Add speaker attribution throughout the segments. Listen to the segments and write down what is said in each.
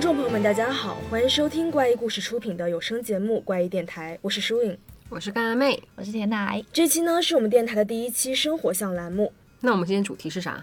Speaker 1: 众朋友们，大家好，欢迎收听怪异故事出品的有声节目《怪异电台》，我是舒颖。
Speaker 2: 我是干阿妹。
Speaker 3: 我是田奶。
Speaker 1: 这期呢是我们电台的第一期生活项栏目，
Speaker 2: 那我们今天主题是啥？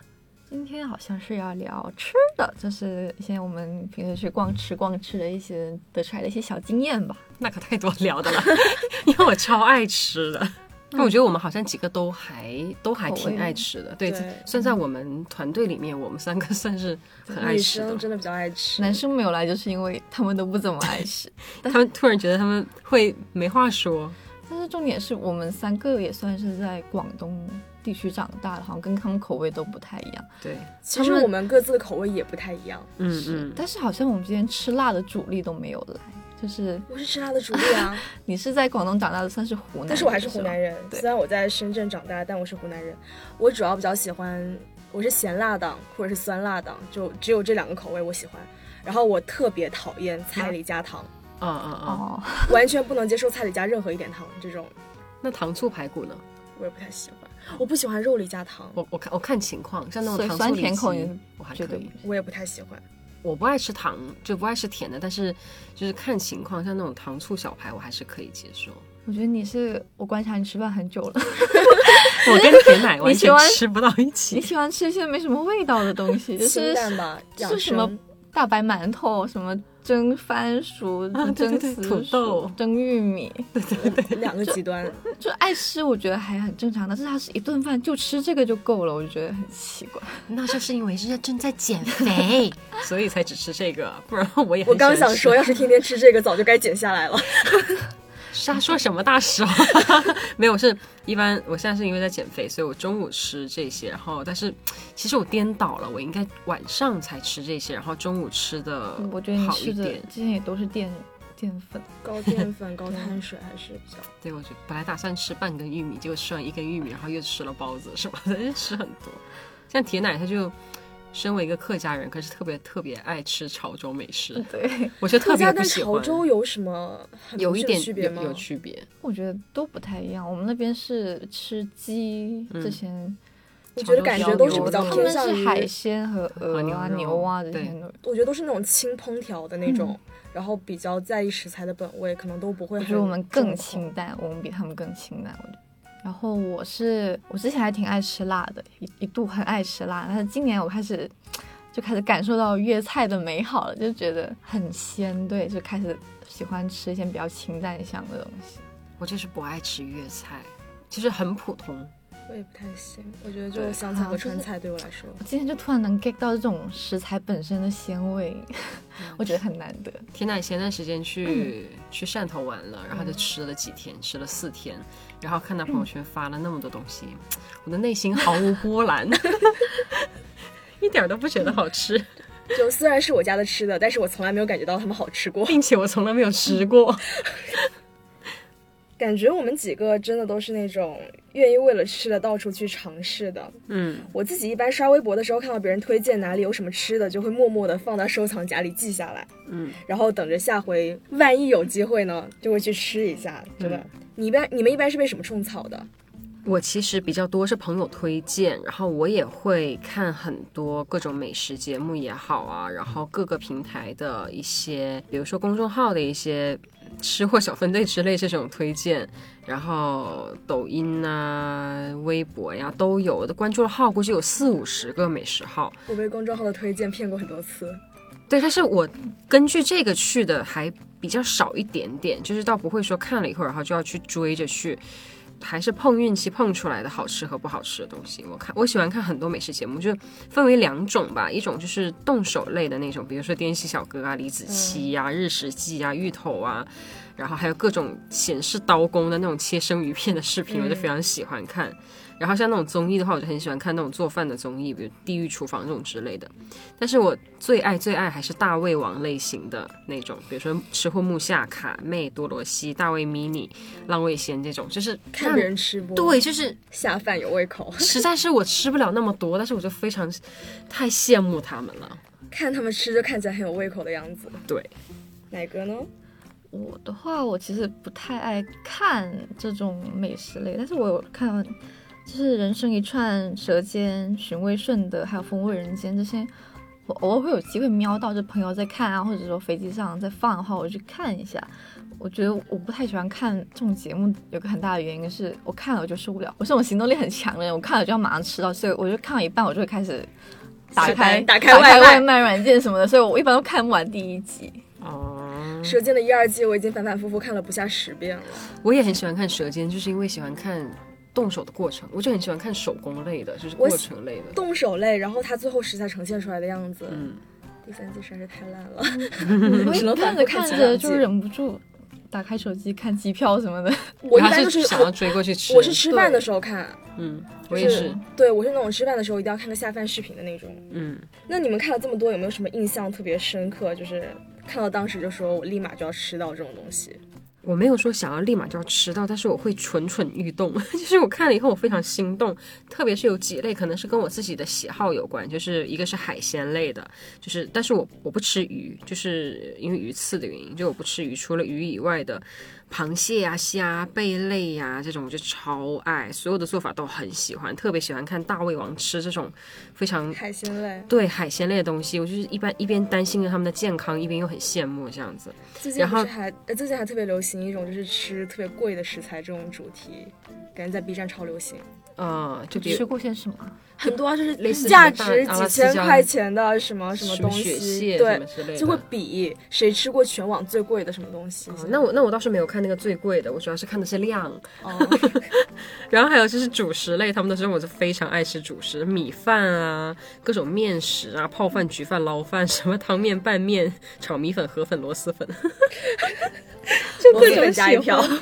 Speaker 3: 今天好像是要聊吃的，就是一些我们平时去逛吃逛吃的一些得出来的一些小经验吧。
Speaker 2: 那可太多聊的了， 因为我超爱吃的。但我觉得我们好像几个都还都还挺爱吃的，对，
Speaker 1: 对
Speaker 2: 这算在我们团队里面，我们三个算是很爱
Speaker 1: 女
Speaker 2: 吃
Speaker 1: 生
Speaker 2: 的。
Speaker 1: 真的比较爱吃。
Speaker 3: 男生没有来，就是因为他们都不怎么爱 吃。
Speaker 2: 他们突然觉得他们会没话说，
Speaker 3: 但是重点是我们三个也算是在广东地区长大的，好像跟他们口味都不太一样。
Speaker 2: 对，
Speaker 1: 其实
Speaker 3: 他们
Speaker 1: 我们各自的口味也不太一样。
Speaker 2: 嗯嗯，
Speaker 3: 但是好像我们今天吃辣的主力都没有来，就是
Speaker 1: 我是吃辣的主力啊，
Speaker 3: 你是在广东长大的，算是湖南 人，
Speaker 1: 但是我还是湖南
Speaker 3: 吧。
Speaker 1: 人。
Speaker 3: 对
Speaker 1: 虽然我在深圳长大，但我是湖南人。我主要比较喜欢，我是咸辣党或者是酸辣党，就只有这两个口味我喜欢。然后我特别讨厌菜里加 糖，
Speaker 2: 啊啊啊！
Speaker 3: 哦，
Speaker 1: 完全不能接受菜里加任何一点糖，这种
Speaker 2: 那糖醋排骨呢？
Speaker 1: 我也不太喜欢。我不喜欢肉里加糖，
Speaker 2: 我我看我看情况，像那
Speaker 3: 所
Speaker 2: 种
Speaker 3: 以
Speaker 2: 糖
Speaker 3: 酸
Speaker 2: 醋里
Speaker 3: 甜口
Speaker 2: 脊
Speaker 3: 也
Speaker 2: 我还
Speaker 3: 绝
Speaker 2: 可
Speaker 3: 对
Speaker 2: 以
Speaker 3: 不，行
Speaker 1: 我也不太喜欢。
Speaker 2: 我不爱吃糖，就不爱吃甜的，但是就是看情况，像那种糖醋小排，我还是可以接受。
Speaker 3: 我觉得你是我观察你吃饭很久了，
Speaker 2: 我跟甜奶完
Speaker 3: 你喜
Speaker 2: 全
Speaker 3: 欢
Speaker 2: 吃不到一
Speaker 3: 你
Speaker 2: 起。
Speaker 3: 喜欢吃一些没什么味道的东 西，就
Speaker 1: 清
Speaker 3: 是
Speaker 1: 淡吧，
Speaker 3: 就是
Speaker 1: 养
Speaker 3: 什么
Speaker 1: 生。
Speaker 3: 大白馒头，什么蒸番薯、
Speaker 2: 啊对对
Speaker 3: 蒸
Speaker 2: 对
Speaker 3: 紫
Speaker 2: 土豆
Speaker 3: 薯蒸玉米，
Speaker 1: 两个极 端，
Speaker 3: 就爱吃，我觉得还很正常。但是他是一顿饭就吃这个就够了，我就觉得很奇怪。
Speaker 2: 那就是因为是正在减肥， 所以才只吃这个，不然我也很
Speaker 1: 我刚
Speaker 2: 喜欢
Speaker 1: 想说，要是天天吃这个，早就该减下来了。
Speaker 2: 瞎说什么大 舌，没有是一般。我现在是因为在减肥，所以我中午吃这些，然后但是其实我颠倒了，我应该晚上才吃这些，然后中午吃的
Speaker 3: 嗯我觉得你
Speaker 2: 好
Speaker 3: 吃
Speaker 2: 一
Speaker 3: 的
Speaker 2: 点。
Speaker 3: 之前也都是淀淀粉，
Speaker 1: 高淀 粉、高碳水还是比较。
Speaker 2: 对，我就本来打算吃半根玉米，结果吃完一根玉米，然后又吃了包子什么的，吃很多。像铁奶，他就身为一个客家人，可是特别特别爱吃潮州美食，
Speaker 3: 对，
Speaker 2: 我就特
Speaker 1: 客
Speaker 2: 别
Speaker 1: 家
Speaker 2: 不
Speaker 1: 跟
Speaker 2: 喜欢。
Speaker 1: 潮州有什么很
Speaker 2: 有
Speaker 1: 明
Speaker 2: 一
Speaker 1: 确的区
Speaker 2: 点
Speaker 1: 别吗
Speaker 2: 有？有区别，
Speaker 3: 我觉得都不太一样。我们那边是吃鸡
Speaker 2: 嗯
Speaker 3: 这些，
Speaker 1: 我觉得感觉都是比较
Speaker 3: 他
Speaker 1: 偏
Speaker 3: 们
Speaker 1: 向于
Speaker 3: 是海鲜和
Speaker 2: 和
Speaker 3: 鹅
Speaker 2: 牛
Speaker 3: 啊、
Speaker 2: 肉
Speaker 3: 牛啊这
Speaker 2: 对
Speaker 3: 些东西。
Speaker 1: 我觉得都是那种轻烹调的那种，然后比较在意食材的本味，可能都不会
Speaker 3: 我
Speaker 1: 很
Speaker 3: 觉得我们更
Speaker 1: 重口。
Speaker 3: 清淡，我们比他们更清淡，我觉得。然后我是我之前还挺爱吃辣的，一一度很爱吃辣，但是今年我开始就开始感受到粤菜的美好了，就觉得很鲜，对，就开始喜欢吃一些比较清淡香的东西。
Speaker 2: 我就是不爱吃粤菜，其实很普通。
Speaker 1: 我也不太行，我觉得就
Speaker 2: 对
Speaker 1: 湘菜
Speaker 3: 啊
Speaker 1: 和
Speaker 3: 就是
Speaker 1: 川菜对我来说，
Speaker 3: 我今天就突然能 get 到这种食材本身的鲜味， 我觉得很难得。
Speaker 2: 铁奶前段时间去、去汕头玩了，然后就吃了几天，吃了四天，然后看他朋友圈发了那么多东西，我的内心毫无波澜， 一点儿都不觉得好吃，
Speaker 1: 就虽然是我家的吃的，但是我从来没有感觉到他们好吃过。
Speaker 2: 并且我从来没有吃过。
Speaker 1: 感觉我们几个真的都是那种愿意为了吃的到处去尝试的。
Speaker 2: 嗯，
Speaker 1: 我自己一般刷微博的时候，看到别人推荐哪里有什么吃的，就会默默的放到收藏夹里记下来。
Speaker 2: 嗯，
Speaker 1: 然后等着下回万一有机会呢，就会去吃一下，真的。你一般你们一般是被什么种草的？
Speaker 2: 我其实比较多是朋友推荐，然后我也会看很多各种美食节目也好啊，然后各个平台的一些，比如说公众号的一些吃货小分队之类这种推荐，然后抖音啊、微博呀、都有的，关注的号估计有四五十个美食号。
Speaker 1: 我被公众号的推荐骗过很多次，
Speaker 2: 对，但是我根据这个去的还比较少一点点，就是倒不会说看了以后，然后就要去追着去，还是碰运气碰出来的好吃和不好吃的东西。我看我喜欢看很多美食节目，就分为两种吧，一种就是动手类的那种，比如说滇西小哥啊、李子柒呀、日食记啊、芋头啊，然后还有各种显示刀工的那种切生鱼片的视频，我就非常喜欢看。然后像那种综艺的话，我就很喜欢看那种做饭的综艺，比如《地狱厨房》这种之类的。但是我最爱最爱还是大胃王类型的那种，比如说吃货木下、卡妹、多罗西、大胃 mini、浪味仙这种，就是
Speaker 1: 看别人吃播，
Speaker 2: 对，，就是
Speaker 1: 下饭有胃口，
Speaker 2: 实在是我吃不了那么多，但是我就非常太羡慕他们了。
Speaker 1: 看他们吃就看起来很有胃口的样子。
Speaker 2: 对，
Speaker 1: 奶哥呢？
Speaker 3: 我的话，我其实不太爱看这种美食类，但是我有看，就是《人生一串》《舌尖》《寻味顺德》还有《风味人间》这些，我偶尔会有机会瞄到，就朋友在看啊，或者说飞机上在放的话，我去看一下。我觉得我不太喜欢看这种节目，有个很大的原因是我看了我就受不了。我是那种行动力很强的人，我看了就要马上吃到，所以我就看到一半我就会开始打
Speaker 1: 下
Speaker 3: 开
Speaker 1: 单打
Speaker 3: 开
Speaker 1: 开
Speaker 3: 外
Speaker 1: 外卖
Speaker 3: 卖软件什么的，所以我一般都看不完第一集。
Speaker 2: 哦，
Speaker 1: 《舌尖》的一二季我已经反反复复看了不下十遍了。
Speaker 2: 我也很喜欢看《舌尖》，就是因为喜欢看动手的过程，我就很喜欢看手工类的，就是
Speaker 1: 我
Speaker 2: 过程类的。
Speaker 1: 动手类，然后它最后食材呈现出来的样子，
Speaker 2: 嗯，
Speaker 1: 第三季实在是太烂了。
Speaker 3: 我
Speaker 1: 只
Speaker 3: 一
Speaker 1: 能反
Speaker 3: 看
Speaker 1: 复看
Speaker 3: 着看
Speaker 1: 前
Speaker 3: 着
Speaker 1: 两
Speaker 3: 就
Speaker 1: 季
Speaker 3: 忍不住打开手机看机票什么的。
Speaker 1: 我一
Speaker 2: 嗯然后
Speaker 1: 般就是是
Speaker 2: 想要追过去吃。
Speaker 1: 我是吃饭的时候看，
Speaker 2: 嗯，我也
Speaker 1: 就是
Speaker 2: 是，
Speaker 1: 对我是那种吃饭的时候一定要看个下饭视频的那种。
Speaker 2: 嗯，
Speaker 1: 那你们看了这么多，有没有什么印象特别深刻？就是看到当时就说我立马就要吃到这种东西。
Speaker 2: 我没有说想要立马就要吃到，但是我会蠢蠢欲动。 就是我看了以后，我非常心动，特别是有几类可能是跟我自己的喜好有关，就是一个是海鲜类的，就是但是我我不吃鱼，就是因为鱼刺的原因，就我不吃鱼。除了鱼以外的，螃蟹啊、虾、贝类呀、这种，我就超爱，所有的做法都很喜欢，特别喜欢看大胃王吃这种非常
Speaker 1: 海鲜类，
Speaker 2: 对海鲜类的东西。我就是一般一边担心着他们的健康，一边又很羡慕这样子。
Speaker 1: 最近
Speaker 2: 然
Speaker 1: 不
Speaker 2: 后
Speaker 1: 是还呃最近还特别流行一种就是吃特别贵的食材这种主题，感觉在 B 站超流行，
Speaker 2: 呃，就比如
Speaker 3: 吃过些什么？
Speaker 1: 很多啊就是
Speaker 2: 类似
Speaker 1: 价
Speaker 2: 什么
Speaker 1: 值
Speaker 2: 大阿
Speaker 1: 几
Speaker 2: 拉斯
Speaker 1: 千
Speaker 2: 加
Speaker 1: 块钱的什么什么
Speaker 2: 什
Speaker 1: 东
Speaker 2: 么雪
Speaker 1: 西，
Speaker 2: 蟹什
Speaker 1: 对
Speaker 2: 么，之类的，
Speaker 1: 就会比谁吃过全网最贵的什么东西。
Speaker 2: 哦那我那我倒是没有看那个最贵的，我主要是看的是量，
Speaker 1: 哦，
Speaker 2: 然后还有就是主食类，他们都是我是非常爱吃主食，米饭啊，各种面食啊，泡饭、焗饭、捞饭，什么汤面、拌面、炒米粉、河粉、螺蛳粉，
Speaker 1: 就
Speaker 2: 各种
Speaker 1: 加一
Speaker 2: 喜
Speaker 1: 票
Speaker 2: 欢。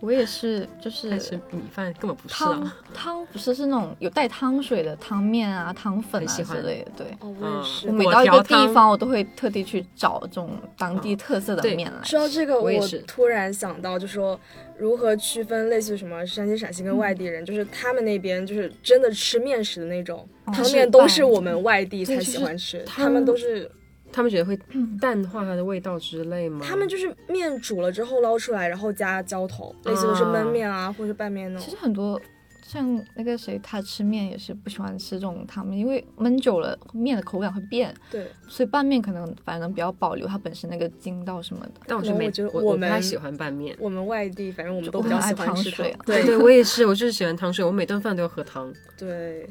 Speaker 3: 我也是，就是
Speaker 2: 但是米饭根本不是
Speaker 3: 汤
Speaker 2: 啊，
Speaker 3: 汤不是是那种有带汤水的汤面啊、汤粉啊
Speaker 2: 很喜
Speaker 3: 之
Speaker 2: 欢
Speaker 3: 类的。对，
Speaker 1: 哦，
Speaker 2: 嗯
Speaker 1: 我也是
Speaker 3: 我。每
Speaker 2: 果
Speaker 3: 到一
Speaker 2: 条
Speaker 3: 个地
Speaker 2: 汤
Speaker 3: 方，我都会特地去找这种当地特色的
Speaker 2: 对
Speaker 3: 面来吃。
Speaker 1: 说到这个，
Speaker 2: 我也
Speaker 1: 我
Speaker 2: 是
Speaker 1: 突然想到，就说如何区分类似于什么山西、陕西跟外地人，就是他们那边就是真的吃面食的那种，
Speaker 3: 它
Speaker 1: 汤
Speaker 3: 哦是
Speaker 1: 面都
Speaker 3: 拌
Speaker 1: 是我们外地才
Speaker 2: 对就是
Speaker 1: 喜欢吃，
Speaker 2: 汤
Speaker 1: 他们都是
Speaker 2: 他们觉得会淡化它的味道之类吗？
Speaker 1: 他们就是面煮了之后捞出来，然后加浇头，类似就是焖面啊，或者是拌面那
Speaker 3: 其
Speaker 1: 种
Speaker 3: 实。很多像那个谁，他吃面也是不喜欢吃这种汤面，因为焖久了面的口感会变，
Speaker 1: 对，
Speaker 3: 所以拌面可能反而能比较保留它本身那个筋道什么的。
Speaker 2: 但我是
Speaker 1: 我
Speaker 2: 没
Speaker 1: 我觉得
Speaker 2: 我
Speaker 1: 我
Speaker 2: 不太
Speaker 1: 们
Speaker 2: 喜欢拌面。
Speaker 1: 我们外地反正我们
Speaker 3: 就
Speaker 1: 都
Speaker 3: 我
Speaker 1: 比较
Speaker 3: 很爱
Speaker 1: 喜欢
Speaker 3: 汤
Speaker 1: 吃
Speaker 3: 水啊
Speaker 1: 对
Speaker 2: 对，我也是，我就是喜欢汤水，我每顿饭都要喝汤。
Speaker 1: 对，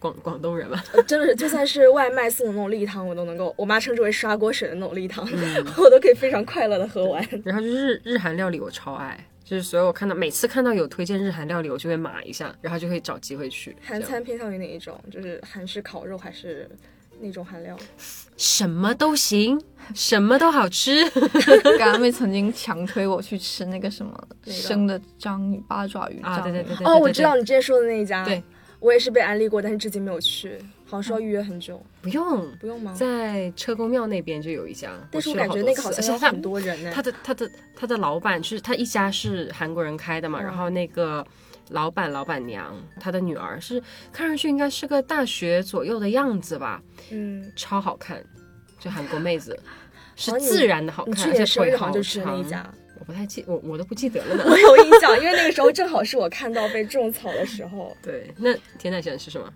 Speaker 2: 广广东人嘛，
Speaker 1: 呃真的是就算是外卖送的那种例汤，我都能够，我妈称之为砂锅水的那种例汤， 我都可以非常快乐的喝完。
Speaker 2: 然后就是日韩料理，我超爱，就是所有我看到每次看到有推荐日韩料理，我就会买一下，然后就会找机会去。
Speaker 1: 韩
Speaker 2: 这样
Speaker 1: 餐偏向于哪一种？就是韩式烤肉还是那种韩料？
Speaker 2: 什么都行，什么都 好吃。
Speaker 3: 干妹曾经强推我去吃那个什么
Speaker 1: 哪个
Speaker 3: 生的章鱼八爪鱼
Speaker 2: 啊
Speaker 3: 章鱼，
Speaker 2: 对对对
Speaker 1: 哦，我知道你之前说的那一家，
Speaker 2: 对，
Speaker 1: 我也是被安利过，但是至今没有去，好像说要预约很久，
Speaker 2: 不用，
Speaker 1: 不用吗？
Speaker 2: 在车公庙那边就有一家，
Speaker 1: 但是
Speaker 2: 我
Speaker 1: 我
Speaker 2: 去了
Speaker 1: 感觉那个好
Speaker 2: 多次
Speaker 1: 像
Speaker 2: 而
Speaker 1: 有
Speaker 2: 且它
Speaker 1: 很多人呢。
Speaker 2: 他的他的他的老板是他一家是韩国人开的嘛，
Speaker 1: 嗯
Speaker 2: 然后那个老板老板娘她的女儿是看上去应该是个大学左右的样子吧，
Speaker 1: 嗯，
Speaker 2: 超好看，就韩国 妹子。是
Speaker 1: 好像你
Speaker 2: 自然的好
Speaker 1: 你
Speaker 2: 看，
Speaker 1: 去
Speaker 2: 而且
Speaker 1: 年生
Speaker 2: 腿
Speaker 1: 日好
Speaker 2: 好
Speaker 1: 像就吃的那一
Speaker 2: 长
Speaker 1: 家，
Speaker 2: 我不太记，我我都不记得了 呢。
Speaker 1: 我 有印象，因为那个时候正好是我看到被种草的时 候。
Speaker 2: 对，那田奶喜欢吃什么？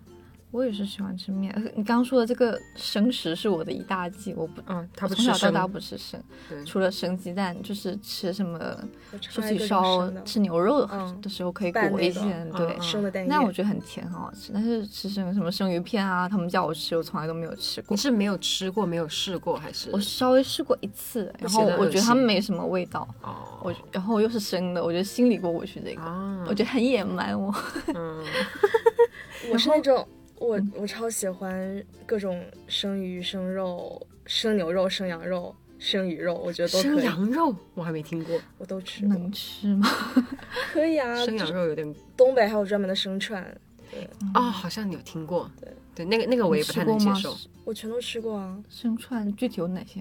Speaker 3: 我也是喜欢吃面。呃你刚刚说的这个生食是我的一大忌，我不。
Speaker 2: 啊，他
Speaker 3: 我
Speaker 2: 不
Speaker 3: 哦从
Speaker 2: 吃
Speaker 3: 小到
Speaker 2: 生
Speaker 3: 大不吃生
Speaker 2: 对，
Speaker 3: 除了生鸡蛋，就是吃什么
Speaker 1: 我超
Speaker 3: 寿
Speaker 1: 爱
Speaker 3: 喜
Speaker 1: 各种
Speaker 3: 烧
Speaker 1: 生的、
Speaker 3: 吃牛肉
Speaker 1: 嗯
Speaker 3: 的时候可以
Speaker 1: 拌
Speaker 3: 裹
Speaker 1: 那
Speaker 3: 一
Speaker 1: 个
Speaker 3: 些，对
Speaker 2: 嗯，
Speaker 1: 生的蛋液。
Speaker 3: 那我觉得很甜，很好吃。但是吃生什么生鱼片啊，他们叫我吃，我从来都没有吃过
Speaker 2: 你。是没有吃过，没有试过，还是
Speaker 3: 我稍微试过一次，然
Speaker 2: 觉
Speaker 3: 后
Speaker 2: 得
Speaker 3: 我
Speaker 2: 恶
Speaker 3: 觉得它
Speaker 2: 心
Speaker 3: 没什么味道，
Speaker 2: 哦
Speaker 3: 我然后又是生的，我觉得心里过不去这个，
Speaker 2: 啊
Speaker 3: 我觉得很野蛮我。
Speaker 2: 嗯，
Speaker 1: 我是那种我我超喜欢各种生鱼、生肉、生牛肉、生羊肉、生鱼肉，我觉得都
Speaker 2: 生
Speaker 1: 可以，
Speaker 2: 羊肉我还没听过，
Speaker 1: 我都吃。
Speaker 3: 能吃吗？
Speaker 1: 可以啊，
Speaker 2: 生
Speaker 1: 就
Speaker 2: 羊肉有点
Speaker 1: 东北还有专门的生串，
Speaker 2: 哦，好像有听过，对，那个那个 我
Speaker 3: 你
Speaker 2: 也不
Speaker 3: 吃
Speaker 2: 太
Speaker 3: 过
Speaker 2: 能接
Speaker 3: 吗？
Speaker 2: 受。
Speaker 1: 我全都吃过啊。
Speaker 3: 生串具体有哪些？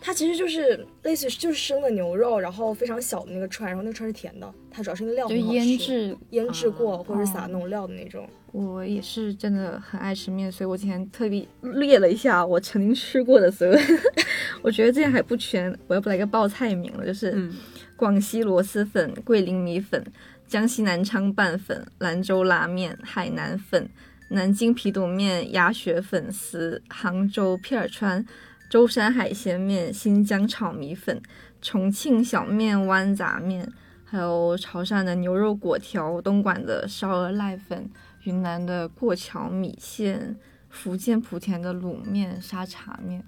Speaker 1: 它其实就是类似于就是生的牛肉，然后非常小的那个串，然后那个串是甜的，它主要是那个料
Speaker 3: 就
Speaker 1: 很好吃
Speaker 3: 腌制。
Speaker 1: 腌制过，
Speaker 2: 啊
Speaker 1: 或者是撒那种料的那种。
Speaker 3: 我也是真的很爱吃面，所以我今天特地列了一下我曾经吃过的所有。 我觉得这样还不全，我要不来个报菜名了，就是。
Speaker 2: 嗯，
Speaker 3: 广西螺蛳粉、桂林米粉、江西南昌拌粉、兰州拉面、海南粉、南京皮肚面、鸭血粉丝、杭州片儿川、舟山海鲜面、新疆炒米粉、重庆小面湾杂面，还有潮汕的牛肉果条、东莞的烧鹅濑粉、云南的过桥米线、福建莆田的卤面、沙茶面。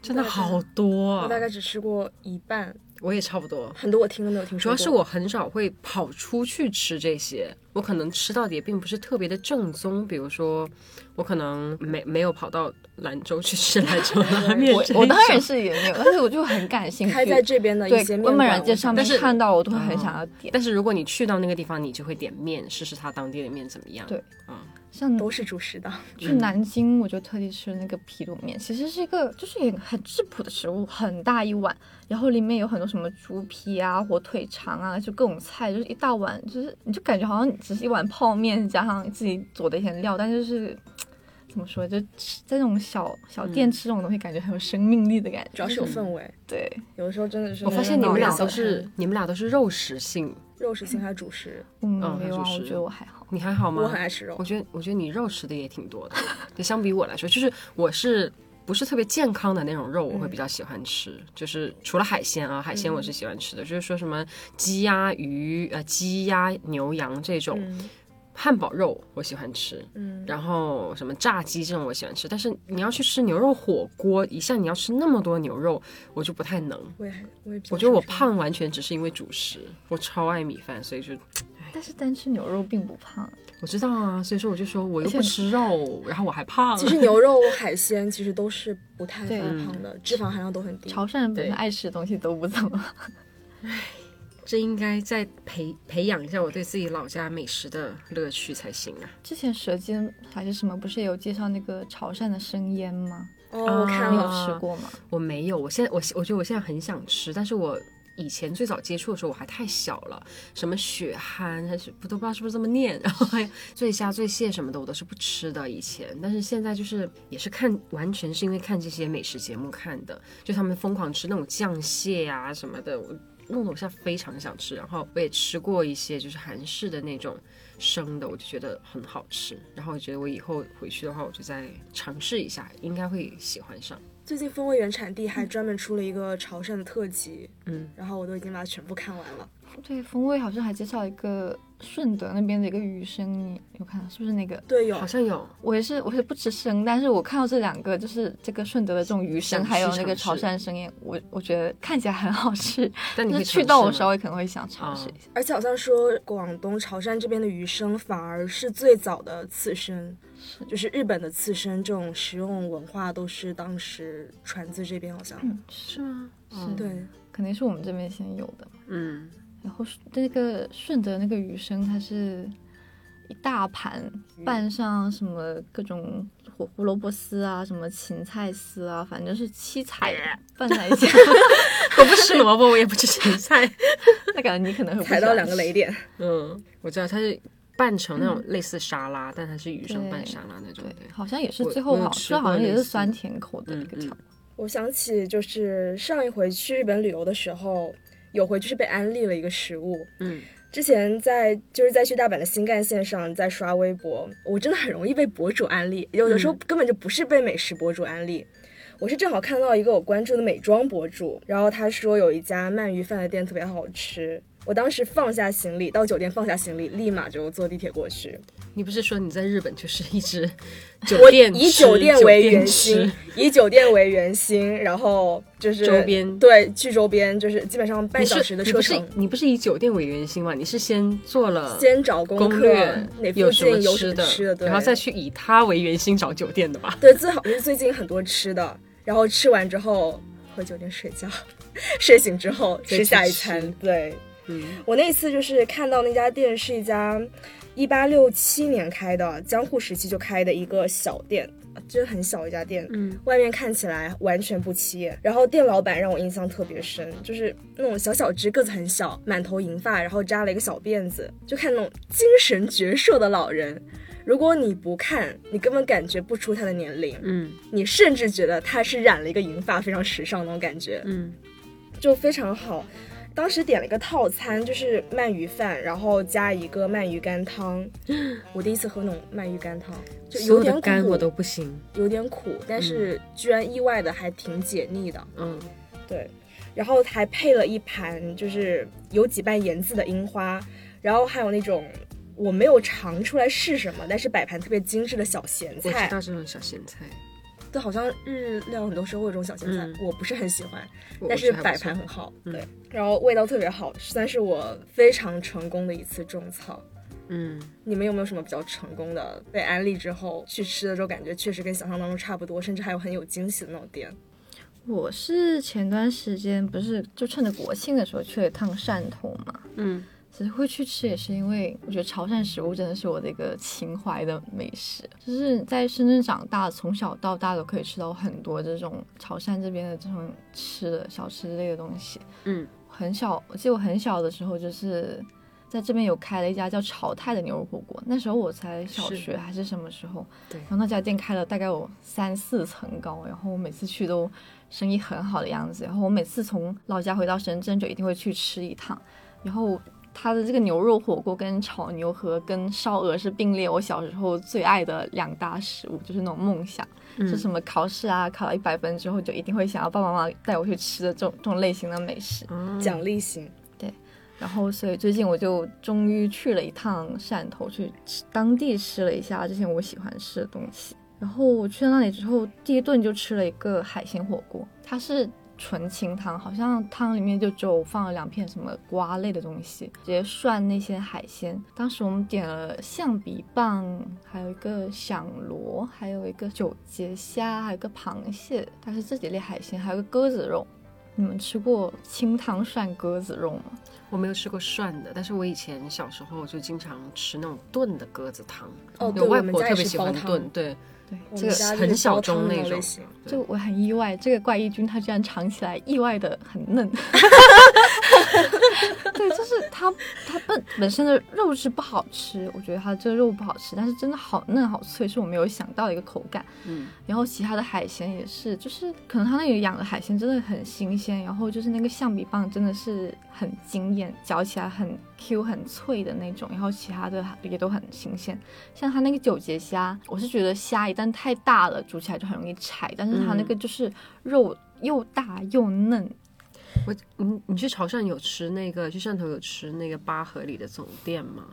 Speaker 2: 真的好多
Speaker 1: 我
Speaker 2: 啊！
Speaker 1: 大概只吃过一半，
Speaker 2: 我也差不多。
Speaker 1: 很多我听都没有听说过。
Speaker 2: 主要是我很少会跑出去吃这些，我可能吃到的也并不是特别的正宗，比如说我可能没没有跑到兰州去吃兰州拉面这一种，
Speaker 3: 我我当然是也没有，但是我就很感兴趣。
Speaker 1: 开在这边的啊一些
Speaker 3: 对
Speaker 1: 面
Speaker 3: 外卖
Speaker 1: 馆
Speaker 3: 软件上
Speaker 2: 但
Speaker 3: 面
Speaker 2: 是
Speaker 3: 看到，我都会很
Speaker 1: 啊
Speaker 3: 想要点。
Speaker 2: 但是如果你去到那个地方，你就会点面，试试它当地的面怎么样。
Speaker 3: 对
Speaker 2: 嗯，
Speaker 3: 像
Speaker 1: 都嗯是主食档，
Speaker 3: 去南京，我就特地吃那个皮肚面，其实是一个就是也很质朴的食物，很大一碗，然后里面有很多什么猪皮啊、火腿肠啊，就各种菜，就是一大碗，就是你就感觉好像只是一碗泡面加上自己做的一些料，但就是。怎么说？就吃在那种小小店
Speaker 2: 嗯
Speaker 3: 吃这种东西，感觉很有生命力的感觉。
Speaker 1: 主要是有氛围。
Speaker 3: 对，
Speaker 1: 有的时候真的是
Speaker 2: 我发现你们俩
Speaker 1: 小
Speaker 2: 都是你们俩都是肉食性，
Speaker 1: 肉食性还是主食，
Speaker 3: 嗯，
Speaker 1: 哦
Speaker 2: 嗯
Speaker 3: 没有啊，
Speaker 2: 它就
Speaker 3: 我
Speaker 2: 是
Speaker 3: 觉得我还好。
Speaker 2: 你还好吗？
Speaker 1: 我很爱吃肉
Speaker 2: 我。觉得，我觉得你肉吃的也挺多的。对，相比我来说，就是我是不是特别健康的那种肉，我会比较喜欢吃。就是除了海鲜啊，海鲜我是喜欢吃的，就是说什么鸡鸭鱼呃鸡鸭牛羊这种，
Speaker 1: 嗯
Speaker 2: 汉堡肉我喜欢吃。
Speaker 1: 嗯，
Speaker 2: 然后什么炸鸡这种我喜欢吃，但是你要去吃牛肉火锅，一下你要吃那么多牛肉，我就不太能。
Speaker 1: 我也我也比较
Speaker 2: 我觉得我
Speaker 1: 少吃
Speaker 2: 胖完全只是因为主食，我超爱米饭，所以就
Speaker 1: 哎
Speaker 3: 但是单吃牛肉并不胖，
Speaker 2: 我知道啊，所以说我就说我又
Speaker 3: 而且
Speaker 2: 不吃肉，然后我还胖。
Speaker 1: 其实牛肉、海鲜其实都是不太
Speaker 3: 对
Speaker 2: 嗯
Speaker 1: 发胖的，脂肪含量都很低。
Speaker 3: 潮汕人本
Speaker 2: 对
Speaker 3: 身爱吃的东西都不怎么胖。
Speaker 2: 这应该再培培养一下我对自己老家美食的乐趣才行啊！
Speaker 3: 之前《舌尖》还是什么，不是也有介绍那个潮汕的生腌吗？
Speaker 1: 哦，我看
Speaker 3: 你
Speaker 1: 了
Speaker 3: 有
Speaker 2: 啊
Speaker 3: 吃过吗？
Speaker 2: 我没有，我现在我我觉得我现在很想吃，但是我以前最早接触的时候我还太小了，什么血蚶还是不都不知道是不是这么念，然后还有醉虾、醉蟹什么的我都是不吃的以前，但是现在就是也是看，完全是因为看这些美食节目看的，就他们疯狂吃那种酱蟹啊什么的，我弄得我现在非常想吃。然后我也吃过一些就是韩式的那种生的，我就觉得很好吃。然后我觉得我以后回去的话，我就再尝试一下，应该会喜欢上。
Speaker 1: 最近风味原产地还专门出了一个潮汕的特辑，
Speaker 2: 嗯，
Speaker 1: 然后我都已经把它全部看完了。
Speaker 3: 对，风味好像还介绍一个顺德那边的一个鱼生，你有看到是不是那个？
Speaker 1: 对，有
Speaker 2: 好像有。
Speaker 3: 我也是，我是不吃生，但是我看到这两个，就是这个顺德的这种鱼生，
Speaker 2: 想吃
Speaker 3: 还有那个潮
Speaker 2: 尝试
Speaker 3: 汕生腌，我我觉得看起来很好 吃，
Speaker 2: 但你
Speaker 3: 就
Speaker 2: 会
Speaker 3: 是去到我
Speaker 2: 尝试
Speaker 3: 稍
Speaker 2: 吗
Speaker 3: 微可能会想尝试一下。
Speaker 1: 而且好像说广东潮汕这边的鱼生反而是最早的刺身，就是日本的刺身这种食用文化都是当时传自这边，好像、
Speaker 3: 嗯，是
Speaker 2: 是吗？
Speaker 3: 是，
Speaker 1: 对。
Speaker 3: 肯定是我们这边先有的。
Speaker 2: 嗯，
Speaker 3: 然后是那个顺德那个鱼生，它是一大盘，拌上什么各种胡胡萝卜丝啊，什么芹菜丝啊，反正是 七彩拌在一起。
Speaker 2: 我不吃萝卜，我也不吃芹菜。
Speaker 3: 那感觉你可能会不
Speaker 1: 踩到
Speaker 3: 喜欢
Speaker 1: 两个雷点，
Speaker 2: 嗯，我知道它是拌成那种类似沙拉，但它是鱼生拌沙拉那
Speaker 3: 吃。
Speaker 2: 种。
Speaker 3: 对，好像也是
Speaker 2: 我
Speaker 3: 最后
Speaker 2: 我有
Speaker 3: 好，
Speaker 2: 吃
Speaker 3: 最后好
Speaker 2: 过
Speaker 3: 像也
Speaker 2: 类
Speaker 3: 是
Speaker 2: 似
Speaker 3: 酸
Speaker 2: 的
Speaker 3: 甜口的
Speaker 2: 嗯
Speaker 3: 一个调。
Speaker 1: 我想起就是上一回去日本旅游的时候，有回就是被安利了一个食物。
Speaker 2: 嗯，
Speaker 1: 之前在就是在去大阪的新干线上，在刷微博，我真的很容易被博主安利，有的时候根本就不是被美食博主安利。我是正好看到一个我关注的美妆博主，然后他说有一家鳗鱼饭的店特别好吃，我当时放下行李到酒店放下行李，立马就坐地铁过去。
Speaker 2: 你不是说你在日本就是一直酒
Speaker 1: 我
Speaker 2: 店
Speaker 1: 以
Speaker 2: 吃
Speaker 1: 酒店为圆
Speaker 2: 吃
Speaker 1: 心，以酒店为圆心，然后就是
Speaker 2: 周边
Speaker 1: 对，去周边就是基本上半
Speaker 2: 你
Speaker 1: 小
Speaker 2: 是
Speaker 1: 时的
Speaker 2: 你
Speaker 1: 车
Speaker 2: 不是
Speaker 1: 程，
Speaker 2: 你不是以酒店为圆心嘛？你是先做了
Speaker 1: 先找攻
Speaker 2: 攻
Speaker 1: 克
Speaker 2: 略
Speaker 1: 哪，附
Speaker 2: 有什么
Speaker 1: 近有什
Speaker 2: 吃
Speaker 1: 么吃的，对，
Speaker 2: 然后再去以它为圆心找酒店的吧？
Speaker 1: 对，最好是最近很多吃的，然后吃完之后回酒店睡觉， 睡醒之后
Speaker 2: 再
Speaker 1: 吃
Speaker 2: 去
Speaker 1: 下一
Speaker 2: 吃
Speaker 1: 餐。对
Speaker 2: 嗯
Speaker 1: 我那次就是看到那家店是一家一八六七年开的，江户时期就开的一个小店，真的很小一家店。
Speaker 2: 嗯，
Speaker 1: 外面看起来完全不起眼，然后店老板让我印象特别深，就是那种小小只，个子很小，满头银发，然后扎了一个小辫子，就看那种精神矍铄的老人。如果你不看，你根本感觉不出他的年龄，
Speaker 2: 嗯
Speaker 1: 你甚至觉得他是染了一个银发，非常时尚那种感觉，
Speaker 2: 嗯，
Speaker 1: 就非常好。当时点了一个套餐，就是鳗鱼饭，然后加一个鳗鱼干汤。我第一次喝那种鳗鱼干汤，就有
Speaker 2: 所有
Speaker 1: 点
Speaker 2: 的
Speaker 1: 苦，
Speaker 2: 干 我都不行。
Speaker 1: 有点苦，但是居然意外的还挺解腻的。
Speaker 2: 嗯，
Speaker 1: 对，然后还配了一盘就是有几瓣盐渍的樱花，然后还有那种我没有尝出来是什么，但是摆盘特别精致的小咸
Speaker 2: 我知
Speaker 1: 菜。
Speaker 2: 道这种小咸菜，
Speaker 1: 对，好像日料很多时候会有这种小咸菜，
Speaker 2: 嗯
Speaker 1: 我不是很喜欢，
Speaker 2: 我
Speaker 1: 但
Speaker 2: 我觉
Speaker 1: 是
Speaker 2: 得还不
Speaker 1: 摆
Speaker 2: 错
Speaker 1: 盘很好。
Speaker 2: 嗯
Speaker 1: 对，然后味道特别好，算是我非常成功的一次种草。
Speaker 2: 嗯，
Speaker 1: 你们有没有什么比较成功的被安利之后去吃的时候，感觉确实跟想象当中差不多，甚至还有很有惊喜的那种店？
Speaker 3: 我是前段时间不是就趁着国庆的时候去了一趟汕头嘛，
Speaker 2: 嗯，
Speaker 3: 其实会去吃也是因为我觉得潮汕食物真的是我的一个情怀的美食，就是在深圳长大，从小到大都可以吃到很多这种潮汕这边的这种吃的小吃类的东西。
Speaker 2: 嗯，
Speaker 3: 很小，我记得我很小的时候就是。在这边有开了一家叫潮泰的牛肉火锅，那时候我才小
Speaker 2: 是
Speaker 3: 学还是什么时候，
Speaker 2: 对
Speaker 3: 然后那家店开了大概有三四层高，然后我每次去都生意很好的样子。然后我每次从老家回到深圳就一定会去吃一趟。然后它的这个牛肉火锅跟炒牛河跟烧鹅是并列我小时候最爱的两大食物，就是那种梦想，
Speaker 2: 嗯
Speaker 3: 就什么考试啊考了一百分之后就一定会想要爸爸妈妈带我去吃的这种这种类型的美食。
Speaker 2: 嗯
Speaker 1: 奖励型，
Speaker 3: 然后，所以最近我就终于去了一趟汕头，去吃当地吃了一下这些我喜欢吃的东西。然后我去了那里之后，第一顿就吃了一个海鲜火锅，它是纯清汤，好像汤里面就只有放了两片什么瓜类的东西，直接涮那些海鲜。当时我们点了象鼻蚌，还有一个响螺，还有一个九节虾，还有一个螃蟹，它是这几类海鲜，还有个鸽子肉。你们吃过清汤涮鸽子肉吗？
Speaker 2: 我没有吃过涮的，但是我以前小时候就经常吃那种炖的鸽子汤。
Speaker 1: 哦，对，
Speaker 2: 我外
Speaker 1: 我们
Speaker 2: 婆
Speaker 1: 家
Speaker 2: 特
Speaker 1: 也
Speaker 2: 别
Speaker 1: 是
Speaker 2: 喜
Speaker 1: 煲
Speaker 2: 欢
Speaker 1: 汤
Speaker 2: 炖，对，
Speaker 3: 对，
Speaker 1: 我
Speaker 3: 这
Speaker 1: 们
Speaker 3: 个
Speaker 1: 家
Speaker 2: 很小
Speaker 1: 就是煲汤
Speaker 2: 众那
Speaker 1: 种
Speaker 2: 种
Speaker 1: 类型。
Speaker 2: 对
Speaker 3: 就我很意外，这个怪异君他居然尝起来意外的很嫩。 对，就是它它本本身的肉质不好吃，我觉得它这个肉不好吃，但是真的好嫩好脆，是我没有想到的一个口感。
Speaker 2: 嗯，
Speaker 3: 然后其他的海鲜也是，就是可能他那里养的海鲜真的很新鲜，然后就是那个象鼻蚌真的是很惊艳，嚼起来很 Q 很脆的那种，然后其他的也都很新鲜。像他那个九节虾，我是觉得虾一旦太大了，煮起来就很容易柴，但是他那个
Speaker 2: 嗯
Speaker 3: 就是肉又大又嫩，
Speaker 2: 我嗯你你去潮汕有吃那个去汕头有吃那个八河里的总店吗？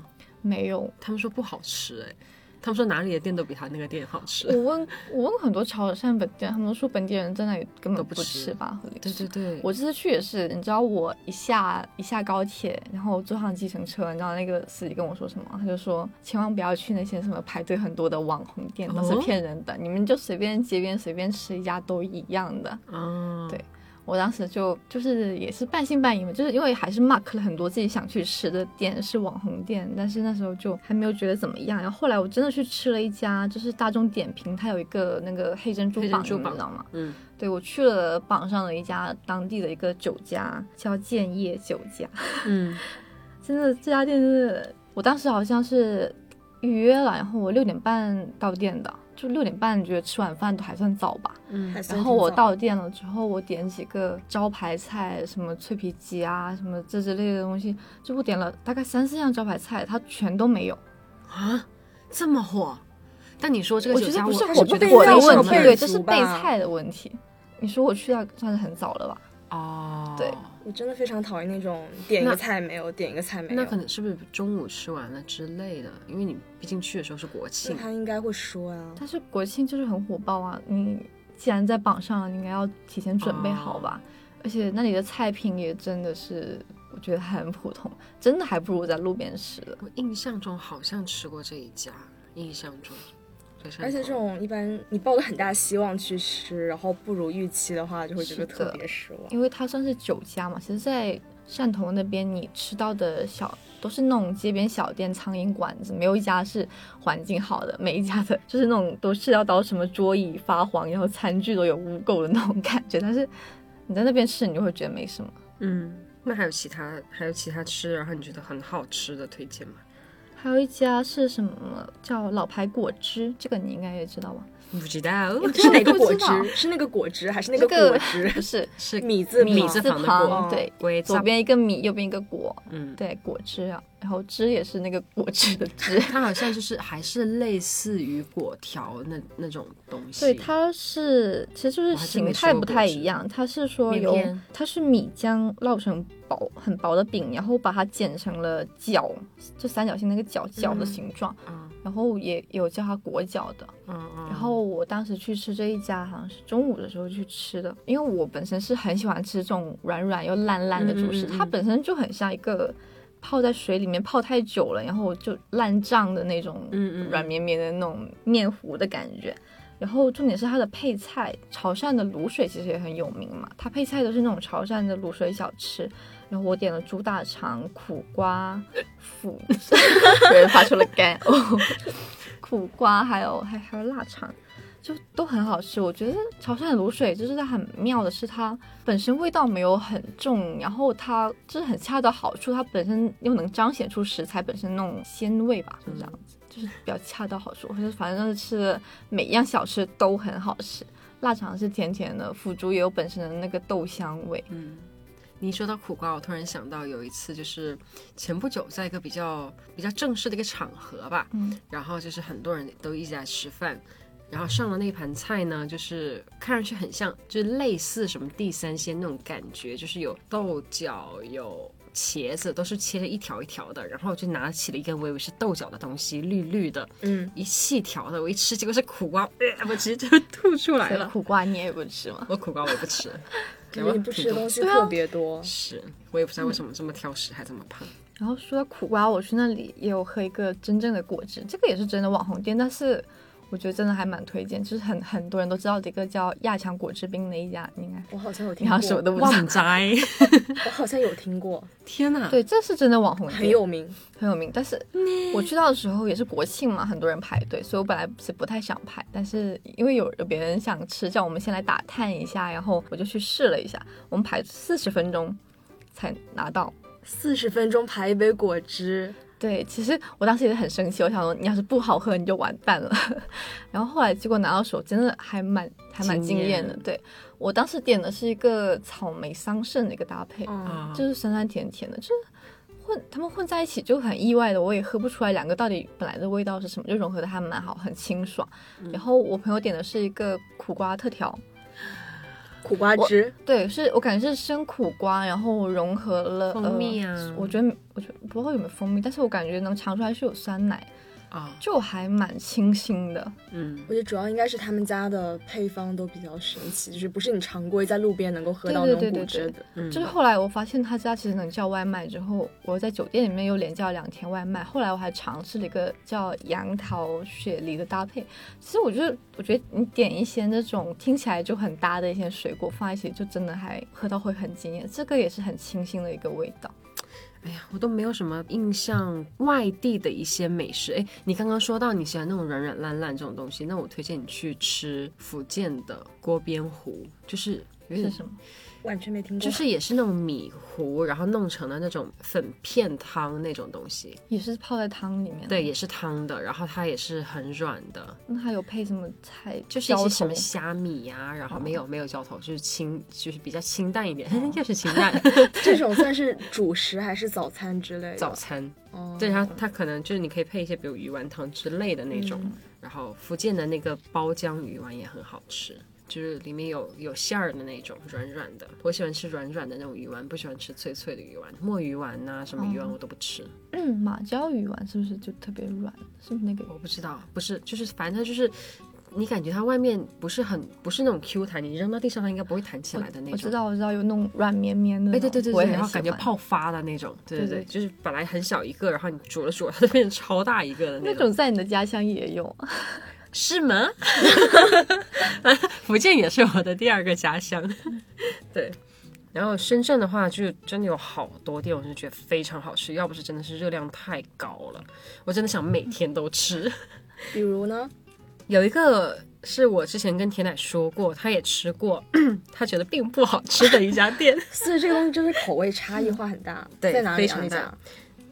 Speaker 3: 没有
Speaker 2: 他们说不好吃哎、他们说哪里的店都比他那个店好吃。
Speaker 3: 我问我问很多潮汕本地人，他们都说本地人在那里根
Speaker 2: 都
Speaker 3: 本
Speaker 2: 不
Speaker 3: 不
Speaker 2: 吃
Speaker 3: 吃吧，和
Speaker 2: 对对对，
Speaker 3: 我这次去也是，你知道我一下一下高铁，然后坐上计程车，你知道那个司机跟我说什么？他就说千万不要去那些什么排队很多的网红店，都是
Speaker 2: 哦
Speaker 3: 骗人的，你们就随便街边随便吃一家都一样的。
Speaker 2: 啊，
Speaker 3: 对我当时就就是也是半信半疑嘛，就是因为还是 mark 了很多自己想去吃的店是网红店，但是那时候就还没有觉得怎么样。然后后来我真的去吃了一家，就是大众点评它有一个那个黑珍珠
Speaker 2: 黑珍
Speaker 3: 榜，
Speaker 2: 珠
Speaker 3: 你
Speaker 2: 榜
Speaker 3: 知道吗？
Speaker 2: 嗯，
Speaker 3: 对我去了榜上的一家当地的一个酒家，叫建业酒家。
Speaker 2: 嗯
Speaker 3: 真的，这家店是我当时好像是预约了，然后我六点半到店的，就六点半觉得吃晚饭都还算早吧。
Speaker 2: 嗯
Speaker 1: 还算
Speaker 3: 然后我
Speaker 1: 挺早
Speaker 3: 到店了之后，我点几个招牌菜，什么脆皮鸡啊，什么这之类的东西，就我点了大概三四样招牌菜，它全都没有。
Speaker 2: 啊，这么火？但你说这个
Speaker 3: 我
Speaker 2: 酒
Speaker 3: 觉得
Speaker 2: 家，
Speaker 3: 不是
Speaker 2: 我
Speaker 1: 我
Speaker 3: 火
Speaker 1: 觉
Speaker 3: 不
Speaker 1: 得
Speaker 3: 火
Speaker 1: 备
Speaker 3: 的
Speaker 1: 料
Speaker 3: 问
Speaker 1: 上
Speaker 3: 题，
Speaker 1: 不
Speaker 3: 对，
Speaker 1: 足
Speaker 3: 这是备
Speaker 1: 吧
Speaker 3: 菜的问题。你说我去到算是很早了吧？
Speaker 2: 哦，
Speaker 3: 对
Speaker 1: 我真的非常讨厌那种点一
Speaker 2: 那
Speaker 1: 个菜没有，点一个菜没有。
Speaker 2: 那可能是不是中午吃完了之类的？因为你毕竟去的时候是国庆
Speaker 1: 那，他应该会说啊，
Speaker 3: 但是国庆就是很火爆啊！你既然在榜上了，你应该要提前准备好吧？而且那里的菜品也真的是，我觉得很普通，真的还不如在路边吃的。
Speaker 2: 我印象中好像吃过这一家，印象中。在汕头
Speaker 1: 而且这种一般你抱着很大希望去吃，然后不如预期的话，就会觉得
Speaker 3: 是的
Speaker 1: 特别失望。
Speaker 3: 因为它算是酒家嘛，其实，在汕头那边你吃到的小都是那种街边小店、苍蝇馆子，没有一家是环境好的，每一家的就是那种都是要到什么桌椅发黄，然后餐具都有污垢的那种感觉。但是你在那边吃，你就会觉得没什么。
Speaker 2: 嗯，那还有其他还有其他吃，然后你觉得很好吃的推荐吗？
Speaker 3: 还有一家是什么叫老牌果汁，这个你应该也知道吧？
Speaker 2: 不知道
Speaker 1: 是哪个
Speaker 3: 我
Speaker 1: 果
Speaker 3: 不知道
Speaker 1: 汁？是那个果汁还是那
Speaker 3: 这
Speaker 1: 个果
Speaker 3: 个
Speaker 1: 汁？
Speaker 3: 不 是
Speaker 2: 是
Speaker 1: 米字
Speaker 2: 米
Speaker 1: 旁
Speaker 2: 字
Speaker 3: 字
Speaker 2: 旁的
Speaker 3: 旁，
Speaker 2: 果，哦
Speaker 3: 对，
Speaker 2: 龟
Speaker 3: 左
Speaker 2: 字，
Speaker 3: 边一个米，右边一个果，
Speaker 2: 嗯，
Speaker 3: 对，果汁啊。然后汁也是那个果汁的汁，
Speaker 2: 它好像 就是还是类似于果条那那种东西，
Speaker 3: 对，它是其实就是
Speaker 2: 我还真没
Speaker 3: 形
Speaker 2: 吃
Speaker 3: 态
Speaker 2: 过
Speaker 3: 不
Speaker 2: 果
Speaker 3: 太
Speaker 2: 汁
Speaker 3: 一样，它是说
Speaker 2: 面
Speaker 3: 有
Speaker 2: 片
Speaker 3: 它是米浆烙成薄很薄的饼，然后把它剪成了角，就三角形那个角角
Speaker 2: 嗯
Speaker 3: 的形状，
Speaker 2: 嗯，
Speaker 3: 然后也有叫它果角的。
Speaker 2: 嗯嗯，
Speaker 3: 然后我当时去吃这一家，好像是中午的时候去吃的，因为我本身是很喜欢吃这种软软又烂烂的主食，
Speaker 2: 嗯嗯嗯嗯
Speaker 3: 它本身就很像一个泡在水里面泡太久了，然后就烂胀的那种
Speaker 2: 嗯嗯嗯
Speaker 3: 软绵绵的那种面糊的感觉。然后重点是它的配菜，潮汕的卤水其实也很有名嘛，它配菜都是那种潮汕的卤水小吃。然后我点了猪大肠、苦瓜、腐，有人发出了干哦呕， 苦瓜还有还还有腊肠，就都很好吃。我觉得潮汕的卤水就是它很妙的是，它本身味道没有很重，然后它就是很恰到好处，它本身又能彰显出食材本身那种鲜味吧，就这样子，就是比较恰到好处。我觉得反正吃的每一样小吃都很好吃。腊肠是甜甜的，腐竹也有本身的那个豆香味。
Speaker 2: 嗯，你一说到苦瓜，我突然想到有一次，就是前不久在一个比较比较正式的一个场合吧，
Speaker 3: 嗯，
Speaker 2: 然后就是很多人都一直在吃饭，然后上了那盘菜呢，就是看上去很像，就是类似什么地三鲜那种感觉，就是有豆角有。茄子都是切了一条一条的，然后我就拿起了一根我以为是豆角的东西，绿绿的，
Speaker 1: 嗯，
Speaker 2: 一细条的，我一吃结果是苦瓜，呃我直接就吐出来
Speaker 3: 所以
Speaker 2: 了。
Speaker 3: 苦瓜你也不吃吗？
Speaker 2: 我苦瓜我 不吃，
Speaker 1: 因为你不吃的东西
Speaker 3: 对啊
Speaker 1: 特别多，
Speaker 2: 是，我也不知道为什么这么挑食，还这么胖。
Speaker 3: 然后说到苦瓜，我去那里也有喝一个真正的果汁，这个也是真的网红店，但是我觉得真的还蛮推荐，就是很很多人都知道的一个叫亚强果汁冰的一家，你应该
Speaker 1: 我好像有
Speaker 3: 你
Speaker 1: 听
Speaker 3: 好像什
Speaker 1: 过，
Speaker 3: 么都不知道。
Speaker 2: 旺宅，
Speaker 1: 我好像有听过，
Speaker 2: 天哪！
Speaker 3: 对，这是真的网红店，
Speaker 1: 很有名。
Speaker 3: 很有名。但是我去到的时候也是国庆嘛，很多人排队，所以我本来是不太想排，但是因为有有别人想吃，叫我们先来打探一下，然后我就去试了一下，我们排四十分钟才拿到。
Speaker 1: 四十分钟排一杯果汁，
Speaker 3: 对，其实我当时也是很生气，我想说你要是不好喝你就完蛋了。然后后来结果拿到手真的还蛮还蛮惊艳
Speaker 2: 惊
Speaker 3: 的。
Speaker 2: 艳
Speaker 3: 对我当时点的是一个草莓桑葚的一个搭配，
Speaker 1: 嗯，
Speaker 2: 啊，
Speaker 3: 就是酸酸甜甜的，就是混他们混在一起就很意外的，我也喝不出来两个到底本来的味道是什么，就融合的还蛮好，很清爽。
Speaker 2: 嗯
Speaker 3: 然后我朋友点的是一个苦瓜特调，
Speaker 1: 苦瓜汁，
Speaker 3: 对，是我感觉是生苦瓜，然后融合了
Speaker 2: 蜂蜜啊
Speaker 3: 呃，我觉得我觉得不知道有没有蜂蜜，但是我感觉能尝出来是有酸奶。
Speaker 2: 啊，
Speaker 3: 就还蛮清新的，
Speaker 2: 嗯
Speaker 1: 我，觉得主要应该是他们家的配方都比较神奇，就是不是你常规在路边能够喝到那
Speaker 3: 对
Speaker 1: 种
Speaker 3: 对对
Speaker 1: 果汁的。
Speaker 2: 嗯
Speaker 3: 就是后来我发现他家其实能叫外卖，之后我在酒店里面又连叫了两天外卖，后来我还尝试了一个叫杨桃雪梨的搭配。其实我觉得，我觉得你点一些那种听起来就很搭的一些水果放在一起，就真的还喝到会很惊艳。这个也是很清新的一个味道。
Speaker 2: 哎呀，我都没有什么印象外地的一些美食。哎，你刚刚说到你喜欢那种软软烂烂这种东西，那我推荐你去吃福建的锅边糊，就是有
Speaker 3: 是
Speaker 2: 点
Speaker 3: 什么？
Speaker 1: 完全没听过，
Speaker 2: 就是也是那种米糊，然后弄成了那种粉片汤那种东西，
Speaker 3: 也是泡在汤里面。
Speaker 2: 对，，也是汤的，然后它也是很软的，
Speaker 3: 那还有配什么菜？
Speaker 2: 就是一些什
Speaker 3: 浇
Speaker 2: 么
Speaker 3: 头
Speaker 2: 虾米呀、然后没有没有浇头，就是清就是比较清淡一点，又是清淡
Speaker 1: 这种算是主食还是早餐之类的？
Speaker 2: 早餐。
Speaker 1: 哦，
Speaker 2: 对它它可能就是你可以配一些比如鱼丸汤之类的那种，然后福建的那个包浆鱼丸也很好吃。就是里面有有馅儿的那种，软软的。我喜欢吃软软的那种鱼丸，不喜欢吃脆脆的鱼丸。墨鱼丸呐、什么鱼丸我都不吃。
Speaker 3: 嗯，马椒鱼丸是不是就特别软？是不是那个鱼？
Speaker 2: 我不知道，不是，就是反正它就是，你感觉它外面不是很不是那种 Q 弹，你扔到地上它应该不会弹起来的那种。
Speaker 3: 我知道，我知道，有那种软绵绵的那
Speaker 2: 哎，
Speaker 3: 种，
Speaker 2: 对对对
Speaker 3: 我
Speaker 2: 对，
Speaker 3: 也
Speaker 2: 然后
Speaker 3: 很喜
Speaker 2: 感觉
Speaker 3: 欢
Speaker 2: 泡发的那种，对
Speaker 3: 对
Speaker 2: 对，就是本来很小一个，然后你煮了煮，它就变成超大一个的
Speaker 3: 那
Speaker 2: 种
Speaker 3: 种，在你的家乡也有，
Speaker 2: 是 吗？福建也是我的第二个家乡， 对。然后深圳的话，就真的有好多店，我就觉得非常好吃，要不是真的是热量太高了，我真的想每天都吃。
Speaker 1: 比如呢？
Speaker 2: 有一个是我之前跟铁奶说过，他也吃过，他觉得并不好吃的一家店，
Speaker 1: 所以这个东西就是口味差异化很大，
Speaker 2: 嗯对
Speaker 1: 在哪里
Speaker 2: 非
Speaker 1: 啊？
Speaker 2: 常
Speaker 1: 那
Speaker 2: 大
Speaker 1: 家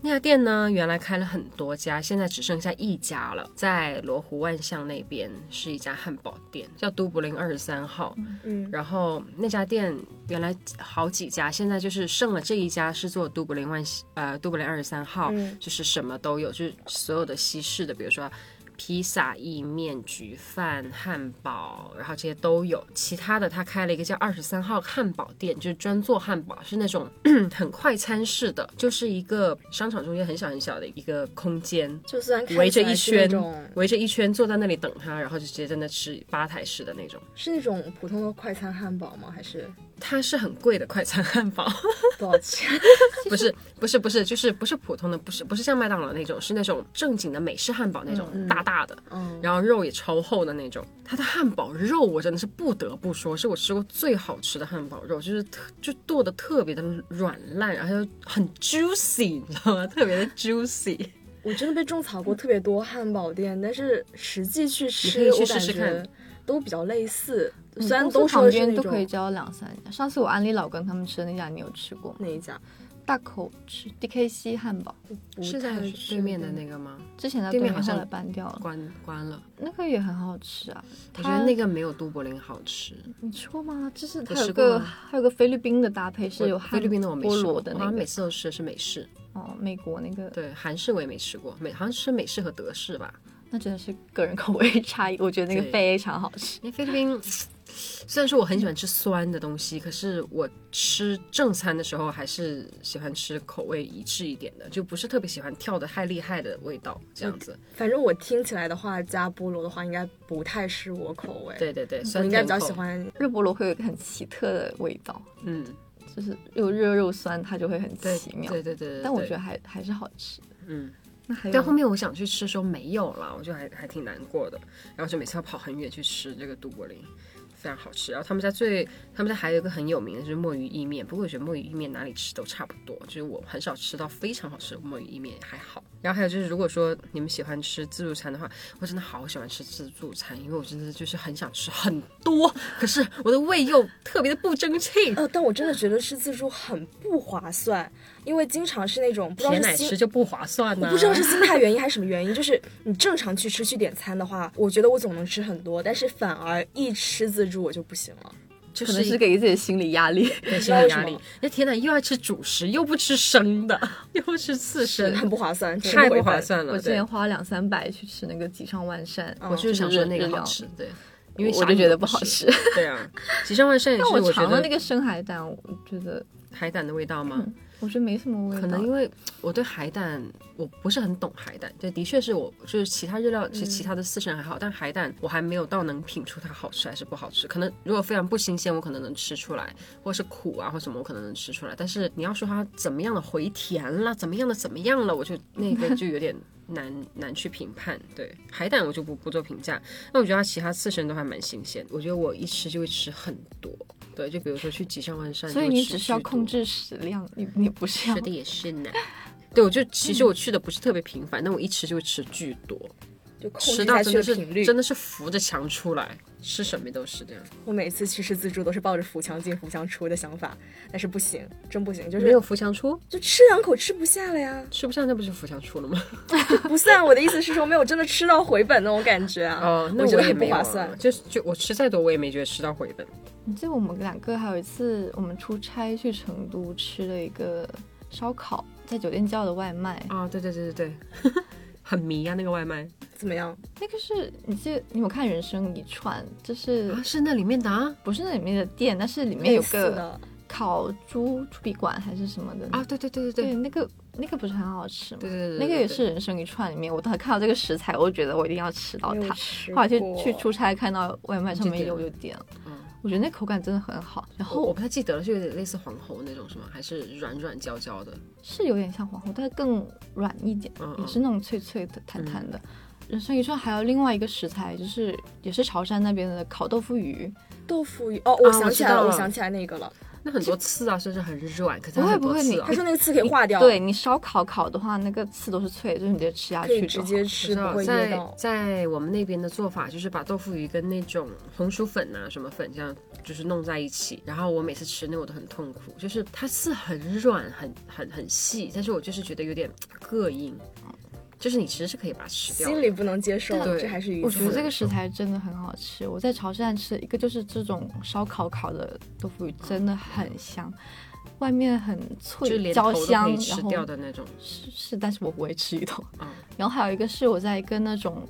Speaker 2: 那家店呢，原来开了很多家，现在只剩下一家了，在罗湖万象那边是一家汉堡店，叫都柏林二十三号。
Speaker 1: 嗯，
Speaker 2: 然后那家店原来好几家，现在就是剩了这一家是做都柏林万呃都柏林二十三号，
Speaker 1: 嗯
Speaker 2: 就是什么都有，就是所有的西式的，比如说披萨、意面、焗饭、汉堡，然后这些都有。其他的他开了一个叫二十三号汉堡店，就是专做汉堡，是那种 很快餐式的，就是一个商场中间很小很小的一个空间，
Speaker 1: 就算看
Speaker 2: 围
Speaker 1: 起
Speaker 2: 着
Speaker 1: 来
Speaker 2: 一
Speaker 1: 是那
Speaker 2: 圈
Speaker 1: 种，
Speaker 2: 围着一圈坐在那里等他，然后就直接在那吃吧台式的那种。
Speaker 1: 是那种普通的快餐汉堡吗？还 是
Speaker 2: 它是很贵的快餐汉 堡，
Speaker 1: 多少钱？
Speaker 2: 不是不是不是，就是不是普通的，不是不是像麦当劳那种，是那种正经的美式汉堡那种、大大的，
Speaker 1: 嗯
Speaker 2: 然后肉也超厚的那种。它的汉堡肉我真的是不得不说，是我吃过最好吃的汉堡肉，就是特就剁的特别的软烂，然后就很 juicy，你知道吗？ 特别的 juicy。
Speaker 1: 我真的被种草过特别多汉堡店，但是实际去
Speaker 2: 你
Speaker 1: 吃，
Speaker 2: 可以去
Speaker 1: 我感
Speaker 2: 试试看嗯
Speaker 1: 觉都比较类似，
Speaker 3: 你
Speaker 1: 虽然
Speaker 3: 嗯公司
Speaker 1: 都
Speaker 3: 旁
Speaker 1: 说是
Speaker 3: 边
Speaker 1: 那
Speaker 3: 都可以
Speaker 1: 种
Speaker 3: 交两三家。上次我安利老跟他们吃的那家，你有吃过吗？
Speaker 1: 哪一家，
Speaker 3: 大口吃 DKC 汉堡，
Speaker 1: 不
Speaker 2: 是在
Speaker 1: 太
Speaker 2: 对面的那个吗？
Speaker 3: 之前在
Speaker 2: 对
Speaker 3: 对
Speaker 2: 面
Speaker 3: 面
Speaker 2: 好像
Speaker 3: 后来搬掉了，
Speaker 2: 关关了，
Speaker 3: 那个也很好吃啊。
Speaker 2: 我觉得那个没有都柏林好吃。
Speaker 3: 你吃过吗？就是它
Speaker 2: 我
Speaker 3: 有
Speaker 2: 吃过
Speaker 3: 个
Speaker 2: 啊
Speaker 3: 还有个菲律宾的搭配是有
Speaker 2: 我菲
Speaker 3: 汉
Speaker 2: 律宾的我没
Speaker 3: 菠
Speaker 2: 吃过，
Speaker 3: 萝的
Speaker 2: 我好
Speaker 3: 那
Speaker 2: 像
Speaker 3: 个
Speaker 2: 每次都吃的是美式，
Speaker 3: 哦，美国那个，
Speaker 2: 对韩式我也没吃过，美好像吃美式和德式吧。
Speaker 3: 那真的是个人口味 差异。我觉得那个
Speaker 2: 对
Speaker 3: 非常好吃。
Speaker 2: 因为菲律宾，虽然说我很喜欢吃酸的东西，可是我吃正餐的时候还是喜欢吃口味一致一点的，就不是特别喜欢跳的太厉害的味道这样子。
Speaker 1: 反正我听起来的话，加菠萝的话应该不太是我口味，，
Speaker 2: 对对对，
Speaker 1: 嗯我
Speaker 2: 酸
Speaker 1: 应该
Speaker 2: 甜
Speaker 1: 比较
Speaker 2: 口
Speaker 1: 喜。欢
Speaker 3: 热菠萝会有一个很奇特的味道，
Speaker 2: 嗯，
Speaker 3: 就是又热又酸，它就会很
Speaker 2: 对
Speaker 3: 奇妙。
Speaker 2: 对对对对。
Speaker 3: 但我觉
Speaker 2: 对
Speaker 3: 得还还是好吃的。
Speaker 2: 嗯，
Speaker 3: 那还有
Speaker 2: 但后面我想去吃的时候没有了，我就还还挺难过的。然后就每次要跑很远去吃这个都柏林，非常好吃。然后他们家最，他们家还有一个很有名的就是墨鱼意面，不过我觉得墨鱼意面哪里吃都差不多，就是我很少吃到非常好吃的墨鱼意面，还好。然后还有就是，如果说你们喜欢吃自助餐的话，我真的好喜欢吃自助餐，因为我真的就是很想吃很多，可是我的胃又特别的不争气，
Speaker 1: 呃，但我真的觉得吃自助很不划算，因为经常是那种不知道
Speaker 2: 铁
Speaker 1: 是
Speaker 2: 奶
Speaker 1: 心
Speaker 2: 吃就不划算呢、
Speaker 1: 呃我不知道是心态原因还是什么原因，就是你正常去吃去点餐的话，我觉得我总能吃很多，但是反而一吃自助我就不行了。
Speaker 2: 就
Speaker 3: 可能
Speaker 2: 是
Speaker 3: 是给自己的心理压力。
Speaker 2: 对，
Speaker 1: 知
Speaker 2: 心
Speaker 1: 道
Speaker 2: 理
Speaker 1: 为
Speaker 2: 压
Speaker 1: 什么
Speaker 2: 力。那铁哎奶又爱吃主食，又不吃生的，又不吃刺身，
Speaker 1: 很不划算，吃
Speaker 2: 太
Speaker 1: 回
Speaker 2: 不划
Speaker 1: 本。
Speaker 2: 算了。
Speaker 3: 我之
Speaker 2: 对嗯
Speaker 3: 前，花两三百去吃那个几上万膳，
Speaker 2: 我就是想说那个
Speaker 3: 日料
Speaker 2: 好吃，对，因为
Speaker 3: 我
Speaker 2: 啥
Speaker 3: 就
Speaker 2: 你
Speaker 3: 觉得
Speaker 2: 都
Speaker 3: 不好
Speaker 2: 吃
Speaker 3: 吃。。
Speaker 2: 对啊，吉上万盛也
Speaker 3: 但
Speaker 2: 是
Speaker 3: 我
Speaker 2: 我觉
Speaker 3: 尝了那
Speaker 2: 得
Speaker 3: 个深海胆，我觉得
Speaker 2: 海胆的味道吗？
Speaker 3: 我觉得没什么味道。
Speaker 2: 可能因为我对海胆我不是很懂海胆，对，的确是我就是其他日料，
Speaker 3: 嗯
Speaker 2: 其实其他的四神还好，但海胆我还没有到能品出它好吃还是不好吃。可能如果非常不新鲜，我可能能吃出来，或是苦啊或什么，我可能能吃出来。但是你要说它怎么样的回甜了，怎么样的怎么样了，我就那个就有 点。难难去评判，对海胆我就不不做评价。那我觉得它其他刺身都还蛮新鲜，我觉得我一吃就会吃很多。对，就比如说去吉上万山，
Speaker 3: 所以
Speaker 2: 就会
Speaker 3: 你
Speaker 2: 吃
Speaker 3: 只是要
Speaker 2: 巨多
Speaker 3: 控制食量，你你不是要
Speaker 2: 吃的也是呢。对，我就其实我去的不是特别频繁，但我一吃就会吃巨多，
Speaker 1: 就控
Speaker 2: 吃
Speaker 1: 制
Speaker 2: 到
Speaker 1: 下
Speaker 2: 真
Speaker 1: 去
Speaker 2: 的
Speaker 1: 的频
Speaker 2: 是
Speaker 1: 率。
Speaker 2: 真的是扶着墙出来，吃什么都是这样，
Speaker 1: 我每次去吃自助都是抱着扶墙进扶墙出的想法，但是不行，真不行，就
Speaker 2: 没
Speaker 1: 是
Speaker 2: 有扶墙出，
Speaker 1: 就吃两口吃不下了呀，
Speaker 2: 吃不下那不是扶墙出了吗？
Speaker 1: 不算。我的意思是说，没有真的吃到回本那种感觉啊。
Speaker 2: 哦，那
Speaker 1: 我觉得
Speaker 2: 也
Speaker 1: 很不
Speaker 2: 没有
Speaker 1: 划
Speaker 2: 啊
Speaker 1: 算。
Speaker 2: 就是就我吃再多，我也没觉得吃到回本。
Speaker 3: 你记得我们两个还有一次，我们出差去成都吃了一个烧烤，在酒店叫的外卖。
Speaker 2: 啊、对对对对对，很迷啊那个外卖
Speaker 1: 怎么样？
Speaker 3: 那个是你记得你有看《人生一串》，就是
Speaker 2: 啊，是那里面的啊
Speaker 3: 不是那里面的店，但是里面有
Speaker 1: 类似
Speaker 3: 个
Speaker 1: 的
Speaker 3: 烤猪猪鼻馆还是什么的
Speaker 2: 啊，对对对对
Speaker 3: 对，
Speaker 2: 对
Speaker 3: 那个那个不是很好吃吗？
Speaker 2: 对对对对
Speaker 3: 那个
Speaker 2: 对
Speaker 3: 也
Speaker 2: 对
Speaker 3: 是《人生一串》里面，我当时看到这个食材，我就觉得我一定要吃到
Speaker 1: 没有
Speaker 3: 它。
Speaker 1: 吃
Speaker 3: 后来就
Speaker 1: 过
Speaker 3: 去出差看到外卖上
Speaker 2: 就
Speaker 3: 面
Speaker 2: 点
Speaker 3: 有
Speaker 2: 了
Speaker 3: 就点了，
Speaker 2: 嗯
Speaker 3: 我觉得那口感真的很好，然
Speaker 2: 哦我
Speaker 3: 后
Speaker 2: 我不太记得了，就有点类似黄喉那种是吗？还是软软焦焦的？
Speaker 3: 是有点像黄喉，但是更软一点，
Speaker 2: 嗯
Speaker 3: 也是那种脆脆的、弹弹的。人生一串还有另外一个食材，就是也是潮汕那边的烤豆腐鱼，
Speaker 1: 豆腐鱼哦，我
Speaker 2: 啊我
Speaker 1: 想
Speaker 2: 知
Speaker 1: 起来了，
Speaker 2: 道
Speaker 1: 我
Speaker 2: 了
Speaker 1: 想起来那个了，
Speaker 2: 那很多刺啊，甚至很软，可是
Speaker 3: 不
Speaker 2: 它
Speaker 3: 会
Speaker 2: 很
Speaker 3: 不
Speaker 2: 多
Speaker 3: 会
Speaker 2: 刺
Speaker 3: 你
Speaker 2: 啊
Speaker 1: 他。说那个刺可以化掉，
Speaker 3: 对，你烧烤烤的话，那个刺都是脆的，就是你直接吃下
Speaker 1: 可以
Speaker 3: 去就
Speaker 1: 直
Speaker 3: 好
Speaker 1: 接
Speaker 2: 不知
Speaker 1: 吃，不
Speaker 2: 道
Speaker 1: 会噎
Speaker 2: 在
Speaker 1: 到。
Speaker 2: 在我们那边的做法就是把豆腐鱼跟那种红薯粉啊什么粉这样就是弄在一起，然后我每次吃那个我都很痛苦，就是它是很软很很很细，但是我就是觉得有点膈应，就是你其实是可以把它吃掉的，
Speaker 1: 心里不能接受，
Speaker 2: 对
Speaker 1: 这还是鱼
Speaker 3: 我觉得
Speaker 1: 刺。
Speaker 3: 这个食材真的很好吃。我在潮汕吃一个就是这种烧烤烤的豆腐鱼，真的很香，外面很
Speaker 2: 就
Speaker 3: 脆
Speaker 2: 连
Speaker 3: 焦
Speaker 2: 头都可
Speaker 3: 香，
Speaker 2: 以吃
Speaker 3: 然后
Speaker 2: 掉的那种
Speaker 3: 是是，但是我不会吃鱼头。
Speaker 2: 啊。
Speaker 3: 然后还有一个是我在一个那种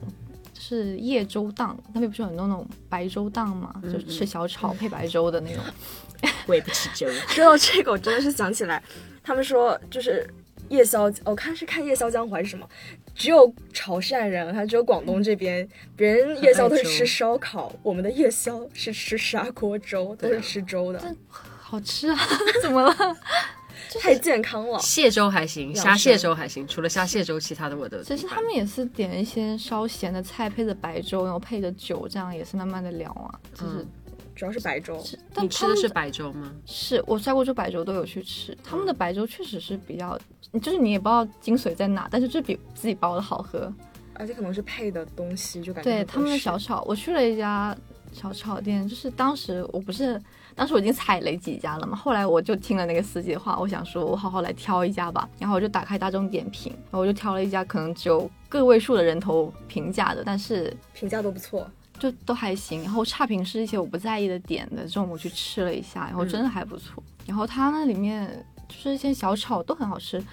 Speaker 3: 就是夜粥档，那边不是有很多那种白粥档嘛，
Speaker 2: 嗯
Speaker 3: 就吃小炒配白粥的 那种。
Speaker 2: 我也不吃粥，
Speaker 1: 说到这个，我真的是想起来，他们说就是夜宵，我看是看夜宵江湖还是什么，只有潮汕人，还只有广东这边，嗯别人夜宵都是
Speaker 2: 很爱粥
Speaker 1: 吃烧烤，我们的夜宵是吃砂锅粥，都
Speaker 2: 对啊
Speaker 1: 是吃粥的，
Speaker 3: 好吃啊！怎么了？
Speaker 1: 太健康了。
Speaker 2: 蟹粥还行，
Speaker 1: 养
Speaker 2: 虾蟹
Speaker 1: 生
Speaker 2: 粥还行，除了虾蟹粥，其他的我都
Speaker 3: 其实
Speaker 2: 一般
Speaker 3: 他们也是点一些稍咸的菜，配着白粥，然后配着酒，这样也是慢慢的聊啊。就是
Speaker 2: 嗯，
Speaker 1: 主要是白粥，
Speaker 3: 吃，但
Speaker 2: 你吃
Speaker 3: 他
Speaker 2: 的
Speaker 3: 们
Speaker 2: 是白粥吗？
Speaker 3: 是我砂锅粥、白粥都有去吃，他
Speaker 1: 嗯
Speaker 3: 们的白粥确实是比较，就是你也不知道精髓在哪，但是就比自己煲的好喝。
Speaker 1: 而且可能是配的东西，就感觉
Speaker 3: 对
Speaker 1: 很合
Speaker 3: 他们的
Speaker 1: 适
Speaker 3: 小炒，我去了一家小炒店，就是当时我不是，当时我已经踩雷几家了嘛，后来我就听了那个司机的话，我想说我好好来挑一家吧，然后我就打开大众点评，然后我就挑了一家可能只有个位数的人头评价的，但是
Speaker 1: 评价都不错，
Speaker 3: 就都还行。然后差评是一些我不在意的点的，这种我去吃了一下，然后
Speaker 1: 嗯
Speaker 3: 真的还不错。然后它那里面就是一些小炒都很好吃，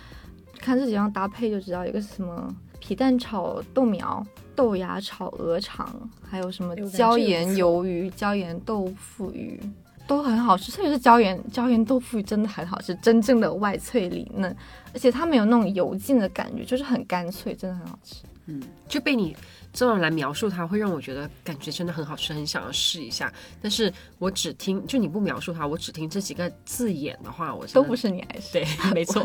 Speaker 3: 看这几样搭配就知道，有个什么皮蛋炒豆苗、豆芽炒鹅肠，还有什么
Speaker 1: 哎我感觉
Speaker 3: 椒
Speaker 1: 这个
Speaker 3: 盐
Speaker 1: 不错
Speaker 3: 鱿鱼、椒盐豆腐鱼。都很好吃，特别是椒盐椒盐豆腐鱼真的很好吃，真正的外脆里嫩，而且它没有那种油浸的感觉，就是很干脆，真的很好吃。
Speaker 2: 嗯，就被你这样来描述它，会让我觉得感觉真的很好吃，很想要试一下。但是我只听就你不描述它，我只听这几个字眼的话，我真的
Speaker 3: 都不是你爱吃，
Speaker 2: 对， 没错，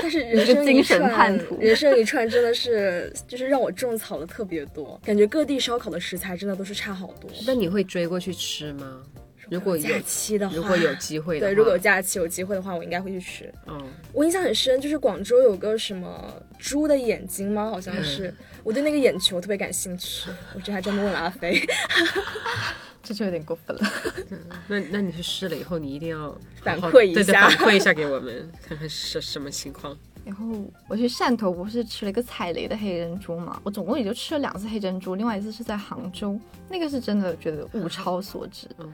Speaker 1: 但是人
Speaker 3: 你是
Speaker 1: 生
Speaker 3: 精
Speaker 1: 一
Speaker 3: 神
Speaker 1: 串，
Speaker 3: 叛徒
Speaker 1: 人生一串真的是就是让我种草的特别多，感觉各地烧烤的食材真的都是差好多。
Speaker 2: 那你会追过去吃吗？如果有
Speaker 1: 假期的话，
Speaker 2: 如果有机会的话，
Speaker 1: 对，如果有假期有机会的话，我应该会去吃。
Speaker 2: 嗯，
Speaker 1: 我印象很深，就是广州有个什么猪的眼睛吗？好像是，我对那个眼球特别感兴趣，我这还专门问了阿飞。
Speaker 3: 这就有点过分了。
Speaker 2: 那那你去试了以后，你一定要
Speaker 1: 反
Speaker 2: 好好
Speaker 1: 馈一
Speaker 2: 对对，
Speaker 1: 下
Speaker 2: 反馈一下给我们，看看是什么情况。
Speaker 3: 然后我去汕头不是吃了一个踩雷的黑珍珠嘛，我总共也就吃了两次黑珍珠，另外一次是在杭州，那个是真的觉得物超所值，
Speaker 2: 嗯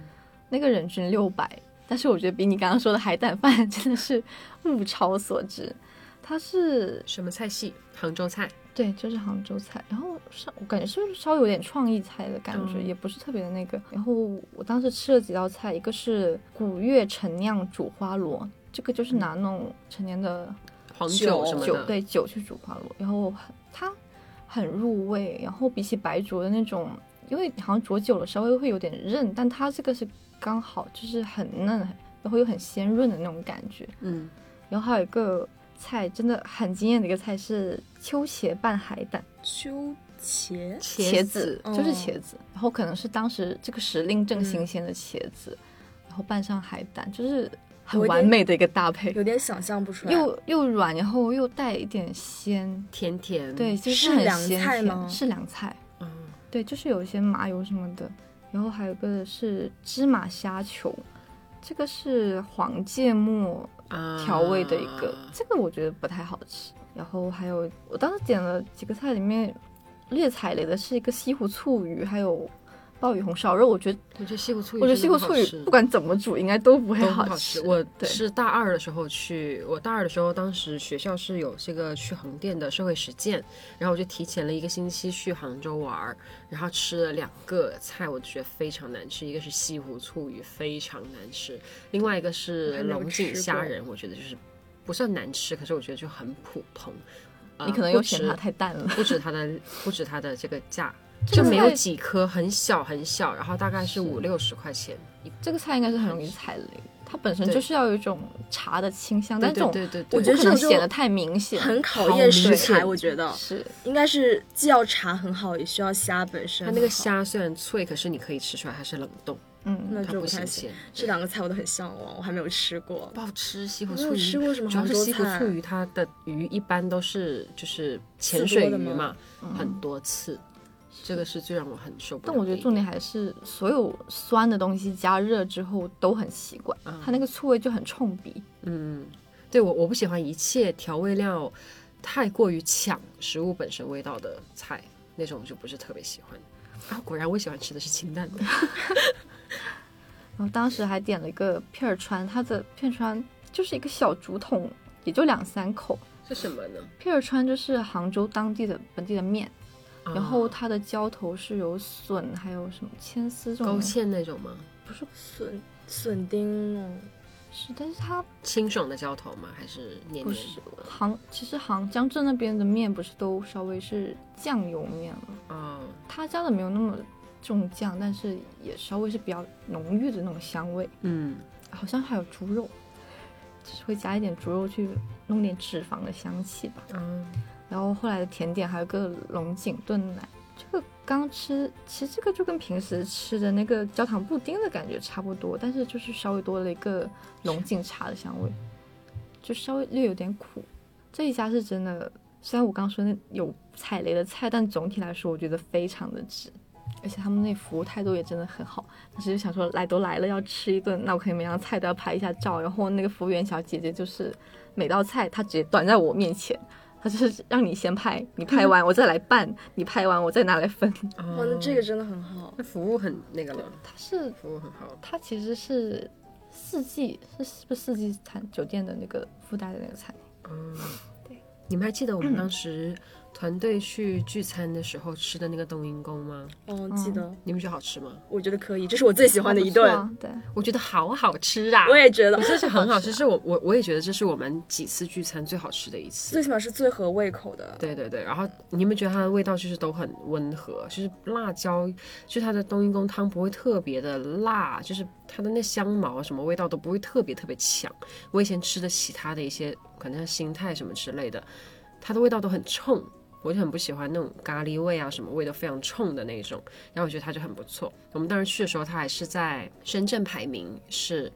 Speaker 3: 那个人均六百，但是我觉得比你刚刚说的海胆饭真的是物超所值。它是
Speaker 2: 什么菜系？杭州菜。
Speaker 3: 对，就是杭州菜，然后稍我感觉是稍微有点创意菜的感觉，
Speaker 2: 嗯
Speaker 3: 也不是特别的那个。然后我当时吃了几道菜，一个是古月陈酿煮花螺，这个
Speaker 2: 嗯
Speaker 3: 就是拿那种陈年的
Speaker 2: 黄
Speaker 1: 酒
Speaker 2: 酒什么
Speaker 3: 酒
Speaker 2: 的，
Speaker 3: 对酒去煮花螺，然后很它很入味，然后比起白灼的那种，因为好像灼久了稍微会有点韧，但它这个是刚好就是很嫩，然后又很鲜润的那种感觉。
Speaker 2: 嗯，
Speaker 3: 然后还有一个菜真的很惊艳的一个菜是秋茄拌海胆，
Speaker 1: 秋茄，
Speaker 3: 茄子
Speaker 1: 哦
Speaker 3: 就是茄子，然后可能是当时这个时令正
Speaker 2: 嗯
Speaker 3: 新鲜的茄子，然后拌上海胆，就是很
Speaker 1: 有一
Speaker 3: 完
Speaker 1: 点
Speaker 3: 美的一个搭配。
Speaker 1: 有点想象不出来。
Speaker 3: 又又软，然后又带一点鲜，
Speaker 2: 甜甜，
Speaker 3: 对，，就是
Speaker 1: 是
Speaker 3: 很
Speaker 1: 凉
Speaker 3: 鲜
Speaker 1: 菜
Speaker 3: 甜
Speaker 1: 吗
Speaker 3: 是凉菜，
Speaker 2: 嗯，
Speaker 3: 对，就是有一些麻油什么的。然后还有个是芝麻虾球，这个是黄芥末
Speaker 2: 啊
Speaker 3: 调味的一个，这个我觉得不太好吃。然后还有我当时点了几个菜，里面略踩雷的是一个西湖醋鱼，还有鲍鱼红烧肉。我觉得，
Speaker 2: 我觉得西湖醋鱼，
Speaker 3: 我觉得西湖醋鱼不管怎么煮，应该都不会
Speaker 2: 都哎很好
Speaker 3: 吃。
Speaker 2: 我
Speaker 3: 对
Speaker 2: 是大二的时候去，我大二的时候，当时学校是有这个去横店的社会实践，然后我就提前了一个星期去杭州玩儿，然后吃了两个菜，我就觉得非常难吃，一个是西湖醋鱼，非常难吃，另外一个
Speaker 1: 我
Speaker 2: 是
Speaker 1: 还没有
Speaker 2: 龙井
Speaker 1: 吃
Speaker 2: 虾
Speaker 1: 过
Speaker 2: 仁，我觉得就是不算难吃，可是我觉得就很普通。呃
Speaker 3: 你可能
Speaker 2: 不
Speaker 3: 又嫌
Speaker 2: 止
Speaker 3: 它太淡 了。
Speaker 2: 不止它的不止它的这个价，
Speaker 3: 这
Speaker 2: 就
Speaker 3: 个
Speaker 2: 没有
Speaker 3: 菜
Speaker 2: 几颗，很小很小，然后大概是五
Speaker 3: 是
Speaker 2: 六十块钱一。
Speaker 3: 这个菜应该是很容易踩雷，它本身
Speaker 2: 对
Speaker 3: 就是要有一种茶的清香，但
Speaker 2: 对
Speaker 3: 这种
Speaker 2: 对对对，
Speaker 1: 我觉得
Speaker 3: 不可能
Speaker 1: 这种
Speaker 3: 显得太明显，
Speaker 1: 很考
Speaker 2: 好
Speaker 1: 验
Speaker 2: 明
Speaker 1: 食材，
Speaker 2: 显
Speaker 1: 我觉得
Speaker 3: 是
Speaker 1: 应该是既要茶很好，也需要虾本身
Speaker 2: 它
Speaker 1: 很好。
Speaker 2: 那个虾虽然脆，可是你可以吃出来它是冷冻，
Speaker 3: 嗯，
Speaker 1: 那
Speaker 2: 它
Speaker 1: 就
Speaker 2: 不
Speaker 1: 不太
Speaker 2: 新
Speaker 1: 行
Speaker 2: 鲜。。
Speaker 1: 这两个菜我都很向往，我还没有吃过。
Speaker 2: 不好吃西湖
Speaker 1: 没
Speaker 2: 醋
Speaker 1: 有
Speaker 2: 鱼，
Speaker 1: 吃过什么
Speaker 2: 主要
Speaker 1: 杭
Speaker 2: 是
Speaker 1: 州
Speaker 2: 西湖
Speaker 1: 菜
Speaker 2: 醋鱼，它的鱼一般都是就是
Speaker 1: 刺
Speaker 2: 潜水
Speaker 1: 多的
Speaker 2: 鱼嘛
Speaker 1: 吗，嗯
Speaker 2: 很多刺，这个是最让我很受不了的一点。
Speaker 3: 但我觉得重点还是所有酸的东西加热之后都很奇怪，它那个醋味就很冲鼻。
Speaker 2: 嗯，对我我不喜欢一切调味料太过于抢食物本身味道的菜，那种我就不是特别喜欢。啊，果然我喜欢吃的是 清淡的。
Speaker 3: 然后当时还点了一个片儿川，它的片儿川就是一个小竹筒，也就两三口。
Speaker 2: 是什么呢？
Speaker 3: 片儿川就是杭州当地的本地的面，然后
Speaker 2: 啊
Speaker 3: 它的浇头是有笋，还有什么千丝这种
Speaker 2: 勾
Speaker 3: 东西，
Speaker 2: 芡那种吗？
Speaker 1: 笋笋丁哦，
Speaker 3: 是，但是它
Speaker 2: 清爽的浇头吗？还是黏
Speaker 3: 不
Speaker 2: 黏
Speaker 3: 是
Speaker 2: 的？
Speaker 3: 杭，其实杭江浙那边的面不是都稍微是酱油面吗？
Speaker 2: 啊，
Speaker 3: 它加的没有那么重酱，但是也稍微是比较浓郁的那种香味，
Speaker 2: 嗯，
Speaker 3: 好像还有猪肉，就是会加一点猪肉去弄点脂肪的香气吧。
Speaker 2: 啊，
Speaker 3: 然后后来的甜点还有个龙井炖奶，这个刚吃，其实这个就跟平时吃的那个焦糖布丁的感觉差不多，但是就是稍微多了一个龙井茶的香味，就稍微略有点苦。这一家是真的，虽然我刚说那有踩雷的菜，但总体来说我觉得非常的值。而且他们那服务态度也真的很好，当时就想说来都来了要吃一顿，那我肯定每样菜都要拍一下照。然后那个服务员小姐姐就是每道菜她直接端在我面前，他就是让你先拍，你拍 完我再来拌，你拍完我再拿来分。
Speaker 1: 哇，
Speaker 3: 嗯
Speaker 1: 那这个真的很好。
Speaker 2: 哦那服务很那个了，
Speaker 3: 它是
Speaker 2: 服务很好。
Speaker 3: 它其实是四季是是不是四季餐酒店的那个附带的那个餐？
Speaker 2: 你们还记得我们当时团队去聚餐的时候吃的那个冬阴功吗？
Speaker 1: 哦，记得，
Speaker 2: 你们觉得好吃吗？
Speaker 1: 我觉得可以，这是我最喜欢的一
Speaker 3: 还嗯不
Speaker 1: 顿。
Speaker 3: 错啊对，
Speaker 2: 我觉得好好吃啊！
Speaker 1: 我也觉得，
Speaker 2: 这是很好吃，是我我我也觉得这是我们几次聚餐最好吃的一次。
Speaker 1: 最起码是最合胃口的。
Speaker 2: 对对对，然后你们觉得它的味道就是都很温和，就是辣椒，就是它的冬阴功汤不会特别的辣，就是它的那香茅啊什么味道都不会特别特别强。我以前吃的其他的一些可能像心态什么之类的，它的味道都很冲，我就很不喜欢那种咖喱味啊什么味都非常冲的那种。然后我觉得它就很不错。我们当时去的时候，它还是在深圳排名是。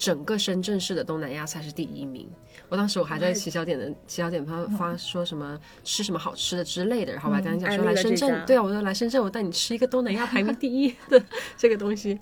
Speaker 2: 整个深圳市的东南亚菜是第一名，我当时我还在起小点的起小点发
Speaker 1: 嗯
Speaker 2: 发说什么吃什么好吃的之类的，然后我还跟他讲说
Speaker 1: 安利
Speaker 2: 来
Speaker 1: 了
Speaker 2: 深
Speaker 1: 这
Speaker 2: 圳
Speaker 1: 家，
Speaker 2: 对啊，我说来深圳，我带你吃一个东南亚排名第一 的这个东西，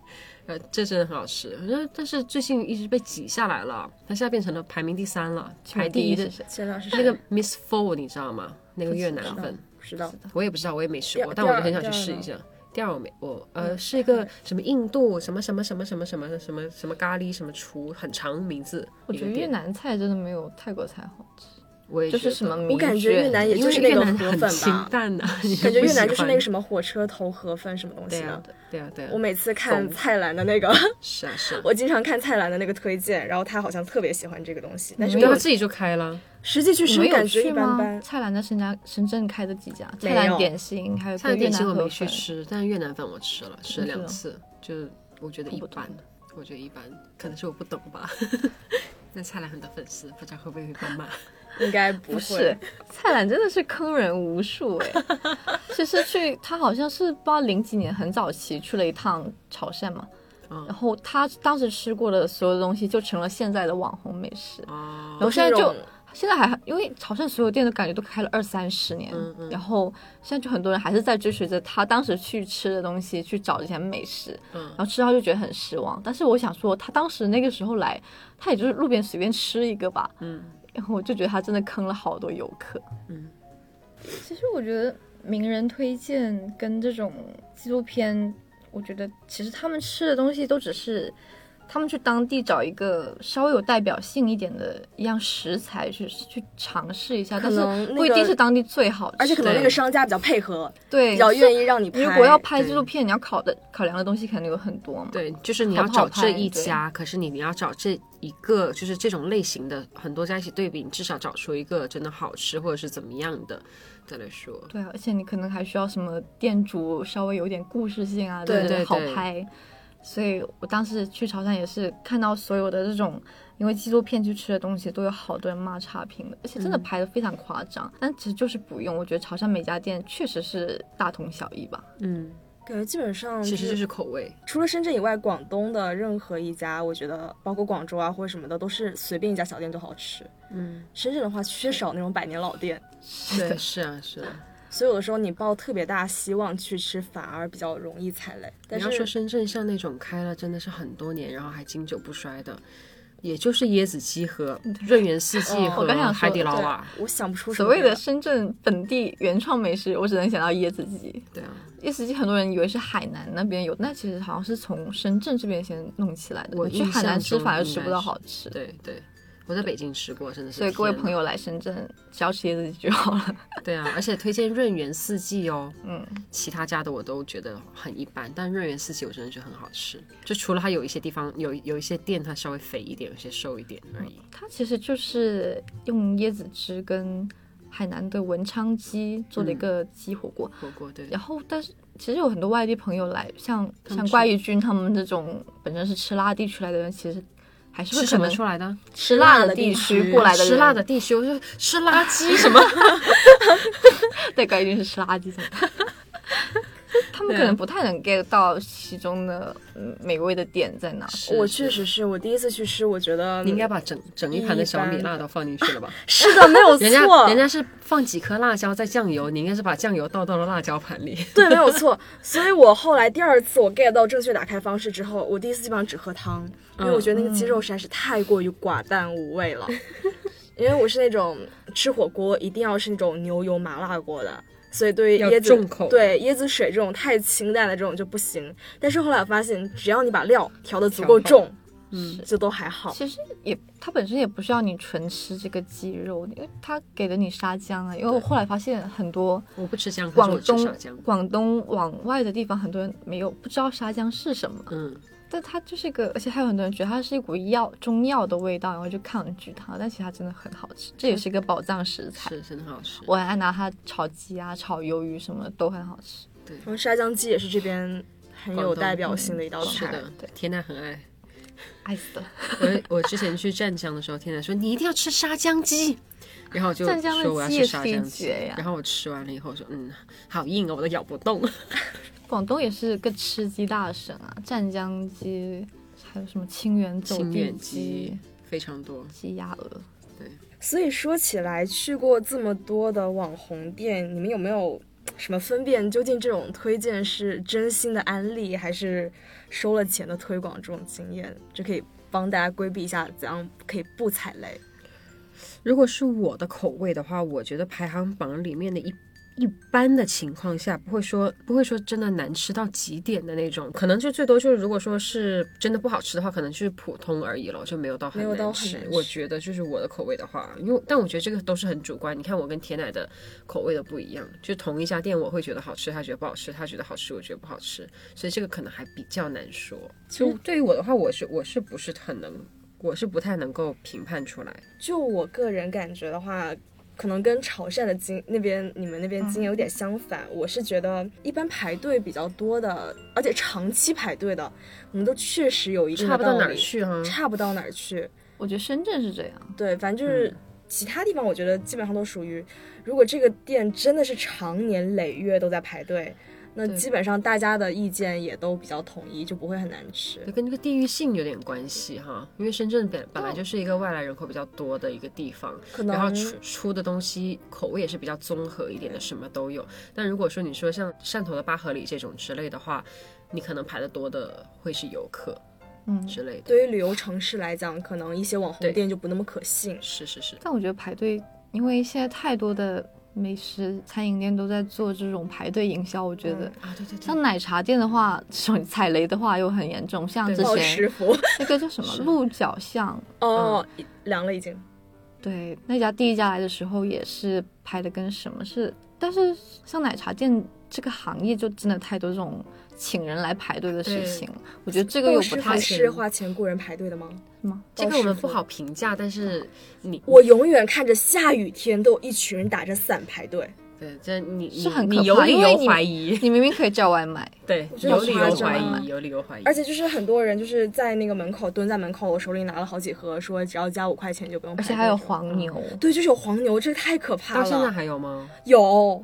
Speaker 2: 呃，这真的很好吃。我觉得但是最近一直被挤下来了，它现在变成了排名第三了，排第的
Speaker 3: 是谁？
Speaker 1: 前两是
Speaker 2: 那个 Miss Four，你知道吗？那个越南
Speaker 1: 不知道
Speaker 2: 粉，
Speaker 1: 不知道，
Speaker 2: 我也不知道，我也没试
Speaker 1: 第
Speaker 2: 过，
Speaker 1: 二
Speaker 2: 但我就很
Speaker 1: 第
Speaker 2: 想
Speaker 1: 二
Speaker 2: 去试
Speaker 1: 呢
Speaker 2: 一下。第二我没我呃是一个什么印度什么什么什么什么什么什么什么咖喱什么厨，很长名字。
Speaker 3: 我觉得
Speaker 2: 一个
Speaker 3: 越
Speaker 2: 店，
Speaker 3: 南菜真的没有泰国菜好吃，
Speaker 2: 我也
Speaker 3: 就是
Speaker 2: 觉
Speaker 3: 什
Speaker 2: 得
Speaker 3: 么米
Speaker 1: 我感觉越南也
Speaker 2: 因
Speaker 1: 就
Speaker 2: 为
Speaker 1: 是那
Speaker 2: 越
Speaker 1: 个
Speaker 2: 南
Speaker 1: 河
Speaker 2: 很
Speaker 1: 粉
Speaker 2: 清
Speaker 1: 吧，
Speaker 2: 淡的，
Speaker 1: 感觉越南就是那个
Speaker 2: 么
Speaker 1: 什么火车头河粉什么东
Speaker 2: 对
Speaker 1: 西
Speaker 2: 啊
Speaker 1: 的。
Speaker 2: 对啊对啊
Speaker 1: 我，每次看
Speaker 2: 懂
Speaker 1: 蔡澜的那个，
Speaker 2: 是啊是啊，
Speaker 1: 我经常看蔡澜的那个推荐，然后他好像特别喜欢这个东西，但是
Speaker 2: 但他
Speaker 1: 我
Speaker 2: 自己就开了，
Speaker 1: 实际去
Speaker 3: 你
Speaker 1: 吃
Speaker 3: 们有
Speaker 1: 感觉一
Speaker 3: 去
Speaker 1: 般
Speaker 3: 吗？
Speaker 1: 般。
Speaker 3: 蔡澜在深圳深圳开的几家？
Speaker 1: 没
Speaker 3: 蔡
Speaker 1: 有
Speaker 3: 澜点心还有一
Speaker 2: 菜
Speaker 3: 个越
Speaker 2: 点
Speaker 3: 南
Speaker 2: 心我没
Speaker 3: 河
Speaker 2: 去
Speaker 3: 粉，
Speaker 2: 吃，但是越南粉我吃了，吃了
Speaker 3: 你吃
Speaker 2: 两
Speaker 3: 了
Speaker 2: 次，就我觉得
Speaker 3: 痛
Speaker 2: 一
Speaker 3: 不痛
Speaker 2: 般，我觉得一般，可能是我不懂吧。那蔡澜很多粉丝，不知道会不会被骂。
Speaker 1: 应该不
Speaker 3: 不
Speaker 1: 会。
Speaker 3: 是，蔡澜真的是坑人 无数哎、就是去他好像是不知道零几年很早期去了一趟潮汕嘛，
Speaker 2: 嗯
Speaker 3: 然后他当时吃过的所有东西就成了现在的网红美食。
Speaker 2: 哦
Speaker 3: 然后现在
Speaker 1: 那
Speaker 3: 就
Speaker 1: 种
Speaker 3: 现在还因为潮汕所有店都感觉都开了二三十年，
Speaker 2: 嗯嗯
Speaker 3: 然后现在就很多人还是在追随着他当时去吃的东西去找这些美食，
Speaker 2: 嗯
Speaker 3: 然后吃到就觉得很失望。但是我想说，他当时那个时候来，他也就是路边随便吃一个吧，
Speaker 2: 嗯，
Speaker 3: 然后我就觉得他真的坑了好多游客。
Speaker 2: 嗯，
Speaker 3: 其实我觉得名人推荐跟这种纪录片，我觉得其实他们吃的东西都只是他们去当地找一个稍微有代表性一点的一样食材去去尝试一下，
Speaker 1: 可
Speaker 3: 但是
Speaker 1: 能那个
Speaker 3: 不一定是当地最好吃的，
Speaker 1: 而且可能那个商家比较配合，
Speaker 3: 对
Speaker 1: 比较愿
Speaker 3: 意。
Speaker 1: 意让你拍。
Speaker 3: 如果要拍纪
Speaker 2: 对
Speaker 3: 录片，你要考的考量的东西肯定有很多嘛。
Speaker 2: 对，就是你
Speaker 3: 好
Speaker 2: 要
Speaker 3: 不
Speaker 2: 找
Speaker 3: 好
Speaker 2: 这
Speaker 3: 拍
Speaker 2: 一
Speaker 3: 对
Speaker 2: 家，可是你你要找这一个，就是这种类型的很多家一起对比，你至少找出一个真的好吃或者是怎么样的再来说。
Speaker 3: 对啊，而且你可能还需要什么店主稍微有点故事性啊，
Speaker 2: 对
Speaker 3: 这种
Speaker 2: 对
Speaker 3: 好
Speaker 2: 对
Speaker 3: 拍。所以我当时去潮汕也是看到所有的这种因为纪录片去吃的东西，都有好多人骂差评的，而且真的拍的非常夸张。但其实就是不用，我觉得潮汕每家店确实是大同小异吧。
Speaker 2: 嗯，
Speaker 1: 感觉基本上
Speaker 2: 其
Speaker 1: 就
Speaker 2: 实就是是口味。
Speaker 1: 除了深圳以外，广东的任何一家，我觉得包括广州啊或者什么的，都是随便一家小店就好吃。
Speaker 2: 嗯，
Speaker 1: 深圳的话缺少那种百年老店，
Speaker 2: 对， 是啊，是啊。
Speaker 1: 所以有的时候你抱特别大希望去吃，反而比较容易踩雷。但
Speaker 2: 你要
Speaker 1: 是
Speaker 2: 说深圳像那种开了真的是很多年，然后还经久不衰的，也就是椰子鸡和润园四季
Speaker 1: 哦
Speaker 2: 和
Speaker 3: 我刚想说
Speaker 2: 海底捞
Speaker 1: 对
Speaker 2: 啊。
Speaker 1: 我想不出什
Speaker 3: 所
Speaker 1: 么
Speaker 3: 谓的
Speaker 1: 别
Speaker 3: 深圳本地原创美食，我只能想到椰子鸡。
Speaker 2: 对啊，
Speaker 3: 椰子鸡很多人以为是海南那边有，那其实好像是从深圳这边先弄起来的。
Speaker 2: 我
Speaker 3: 去海南吃
Speaker 2: 印象中
Speaker 3: 反
Speaker 2: 应
Speaker 3: 而吃
Speaker 2: 该
Speaker 3: 不到
Speaker 2: 是
Speaker 3: 好吃，
Speaker 2: 对对，我在北京吃过，真的是。
Speaker 3: 所以各位朋，友来深圳只要吃椰子鸡就好了。
Speaker 2: 对啊，而且推荐润园四季哦，
Speaker 3: 嗯，
Speaker 2: 其他家的我都觉得很一般，但润园四季我真的觉得很好吃，就除了它有一些地方有有一些店它稍微肥一点，有些瘦一点而已。
Speaker 3: 它其实就是用椰子汁跟海南的文昌鸡做的一个
Speaker 2: 嗯
Speaker 3: 鸡火锅。
Speaker 2: 火锅对，
Speaker 3: 然后，但是其实有很多外地朋友来，像
Speaker 2: 他们
Speaker 3: 像
Speaker 2: 吃
Speaker 3: 怪异君他们这种本身是吃辣地区来的人，其实还是会
Speaker 2: 吃
Speaker 3: 可
Speaker 2: 什么
Speaker 3: 能
Speaker 2: 出来的？
Speaker 3: 吃
Speaker 1: 辣
Speaker 3: 辣的
Speaker 1: 的
Speaker 3: 地
Speaker 1: 地
Speaker 3: 区
Speaker 1: 区
Speaker 3: 过来的人，
Speaker 2: 吃辣的地区，我就吃垃圾 什么？
Speaker 3: 对，怪异君是吃辣鸡怎么办？他们可能不太能 get 到其中的嗯美味的点在哪。
Speaker 1: 的我确实是我第一次去吃，我觉得
Speaker 2: 你应该把整整一盘的小米辣都放进去了吧？
Speaker 1: 是的，没有
Speaker 2: 人家
Speaker 1: 错，
Speaker 2: 人家是放几颗辣椒在酱油，你应该是把酱油倒到了辣椒盘 里。
Speaker 1: 对，没有错。所以我后来第二次我 get 到正确打开方式之后，我第一次基本上只喝汤，因
Speaker 2: 嗯
Speaker 1: 为我觉得那个鸡肉实在是太过于寡淡无味 了。因为我是那种吃火锅一定要是那种牛油麻辣锅的，所以对于
Speaker 2: 要
Speaker 1: 椰子
Speaker 2: 重口
Speaker 1: 对椰子水这种太清淡的这种就不行。但是后来我发现，只要你把料调的足够
Speaker 2: 调
Speaker 1: 重，嗯，就都还好。
Speaker 3: 其实也，它本身也不需要你纯吃这个鸡肉，因为它给了你沙姜啊。因为我后来发现很多
Speaker 2: 我不吃姜，可是我
Speaker 3: 广
Speaker 2: 吃
Speaker 3: 东
Speaker 2: 小姜。
Speaker 3: 广东往外的地方，很多人没有不知道沙姜是什么，
Speaker 2: 嗯，
Speaker 3: 但它就是一个，而且还有很多人觉得它是一股药中药的味道，然后就抗拒它。但其实它真的很好吃，这也是一个宝藏食材。
Speaker 2: 是真的很好吃。
Speaker 3: 我很爱拿它炒鸡啊、炒鱿鱼什么的都很好吃。
Speaker 1: 然后沙姜鸡也是这边很有
Speaker 2: 广东
Speaker 1: 代表性的一道
Speaker 2: 是
Speaker 1: 菜。
Speaker 2: 的
Speaker 3: 对，
Speaker 2: 田娜很爱。
Speaker 3: 爱死了！
Speaker 2: 我我 之前去湛江的时候，天奶说你一定要吃沙姜鸡，然后我就
Speaker 3: 湛江的
Speaker 2: 说我要
Speaker 3: 鸡
Speaker 2: 吃
Speaker 3: 也
Speaker 2: 沙
Speaker 3: 是一
Speaker 2: 姜鸡
Speaker 3: 绝呀，
Speaker 2: 然后我吃完了以后说嗯，好硬哦，我都咬不动。
Speaker 3: 广东也是个吃鸡大省啊，湛江鸡，还有什么清远 走
Speaker 2: 清
Speaker 3: 地
Speaker 2: 远鸡
Speaker 3: 鸡、
Speaker 2: 非常多，
Speaker 3: 鸡鸭鹅。
Speaker 1: 所以说起来，去过这么多的网红店，你们有没有什么分辨究竟这种推荐是真心的安利，还是收了钱的推广这种经验？这可以帮大家规避一下，怎样可以不踩雷？
Speaker 2: 如果是我的口味的话，我觉得排行榜里面的一。一般的情况下，不会说不会说真的难吃到极点的那种，可能就最多就是如果说是真的不好吃的话，可能就是普通而已了，就没有到很
Speaker 1: 没有到很
Speaker 2: 难吃。
Speaker 1: 难
Speaker 2: 我
Speaker 1: 吃
Speaker 2: 觉得就是我的口味的话，因为但我觉得这个都是很主观。你看我跟铁奶的口味的不一样，就同一家店，我会觉得好吃，他觉得不好吃；他觉得好吃，我觉得不好吃。所以这个可能还比较难说。就对于我的话，我是我是不是很能，我是不太能够评判出来。
Speaker 1: 就我个人感觉的话，可能跟潮汕的经那边你们那边经验有
Speaker 2: 嗯
Speaker 1: 点相反。我是觉得一般排队比较多的，而且长期排队的，我们都确实有一定
Speaker 2: 差
Speaker 1: 的
Speaker 2: 不
Speaker 1: 道
Speaker 2: 到
Speaker 1: 理，
Speaker 2: 哪儿去哈、
Speaker 1: 差不到哪儿去。
Speaker 3: 我觉得深圳是这样，
Speaker 1: 对，反正就是
Speaker 2: 嗯
Speaker 1: 其他地方，我觉得基本上都属于，如果这个店真的是常年累月都在排队，那
Speaker 2: 对
Speaker 1: 基本上大家的意见也都比较统一，就不会很难吃。
Speaker 2: 跟这个地域性有点关系哈，因为深圳本本来就是一个外来人口比较多的一个地方，
Speaker 1: 可
Speaker 2: 然后
Speaker 1: 能
Speaker 2: 出出的东西口味也是比较综合一点的，什么都有。但如果说你说像汕头的八合里这种之类的话，你可能排的多的会是游客
Speaker 3: 嗯，
Speaker 2: 之类的。
Speaker 1: 对于旅游城市来讲，可能一些网红
Speaker 2: 对
Speaker 1: 店就不那么可信。
Speaker 2: 是是是，
Speaker 3: 但我觉得排队，因为现在太多的美食餐饮店都在做这种排队营销，我觉得。
Speaker 1: 嗯
Speaker 2: 啊，对对
Speaker 3: 像
Speaker 2: 对，
Speaker 3: 奶茶店的话，这种踩雷的话又很严重。像
Speaker 2: 对
Speaker 3: 之
Speaker 1: 鲍
Speaker 3: 前
Speaker 1: 师 傅，
Speaker 3: 那个叫什么
Speaker 2: 是
Speaker 3: 鹿角巷，
Speaker 2: 嗯
Speaker 1: 哦，凉了已经。
Speaker 3: 对，那家第一家来的时候也是排的跟什么似的。但是像奶茶店这个行业，就真的太多这种请人来排队的事情了。我觉得这个又
Speaker 1: 鲍
Speaker 3: 不
Speaker 1: 师
Speaker 3: 太
Speaker 1: 傅
Speaker 2: 行
Speaker 1: 是花钱雇人排队的吗？
Speaker 3: 是吗？
Speaker 2: 这个我
Speaker 1: 鲍
Speaker 2: 们
Speaker 1: 师傅
Speaker 2: 不好评价，但是你
Speaker 1: 我永远看着下雨天都有一群人打着伞排队，
Speaker 2: 对这你
Speaker 3: 是很
Speaker 2: 你
Speaker 3: 可
Speaker 2: 你有
Speaker 3: 怕
Speaker 2: 理
Speaker 3: 因为
Speaker 2: 由
Speaker 3: 你
Speaker 2: 怀疑，
Speaker 3: 你明明可以叫外卖，
Speaker 2: 对，
Speaker 1: 觉得
Speaker 2: 有
Speaker 1: 好
Speaker 2: 理
Speaker 1: 夸
Speaker 2: 由
Speaker 1: 张
Speaker 2: 怀
Speaker 1: 啊
Speaker 2: 疑，有理由怀疑，
Speaker 1: 而且就是很多人就是在那个门口蹲在门口，我手里拿了好几盒，说只要加五块钱就不用排
Speaker 3: 而
Speaker 1: 队。
Speaker 3: 且还有黄牛。
Speaker 1: 对，嗯就是有黄牛，这太可怕
Speaker 2: 到
Speaker 1: 了。
Speaker 2: 现在还有吗？
Speaker 1: 有，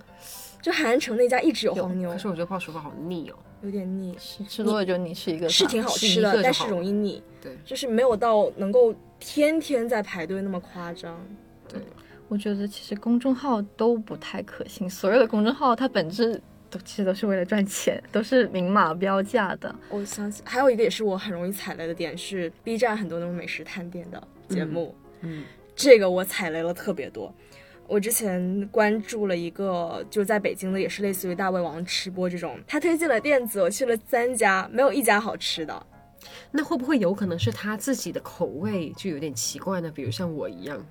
Speaker 1: 就海岸城那家一直有黄牛
Speaker 2: 可，是我觉得鲍叔叔好腻哦。
Speaker 1: 有点腻，
Speaker 3: 吃吃多了就你是一个
Speaker 1: 是挺好吃
Speaker 2: 吃一个
Speaker 1: 的，
Speaker 2: 就好
Speaker 1: 但是容易腻，
Speaker 2: 对
Speaker 1: 就是没有到能够天天在排队那么夸张。
Speaker 2: 对，
Speaker 3: 我觉得其实公众号都不太可信，所有的公众号它本质都其实都是为了赚钱，都是明码标价的。
Speaker 1: 我想起还有一个也是我很容易踩雷的点是 B 站很多那种美食探店的节目，
Speaker 2: 嗯
Speaker 1: 这个我踩雷了特别多。我之前关注了一个，就是在北京的，也是类似于大胃王吃播这种，他推荐了店子，我去了三家，没有一家好吃的。
Speaker 2: 那会不会有可能是他自己的口味就有点奇怪呢？比如像我一样，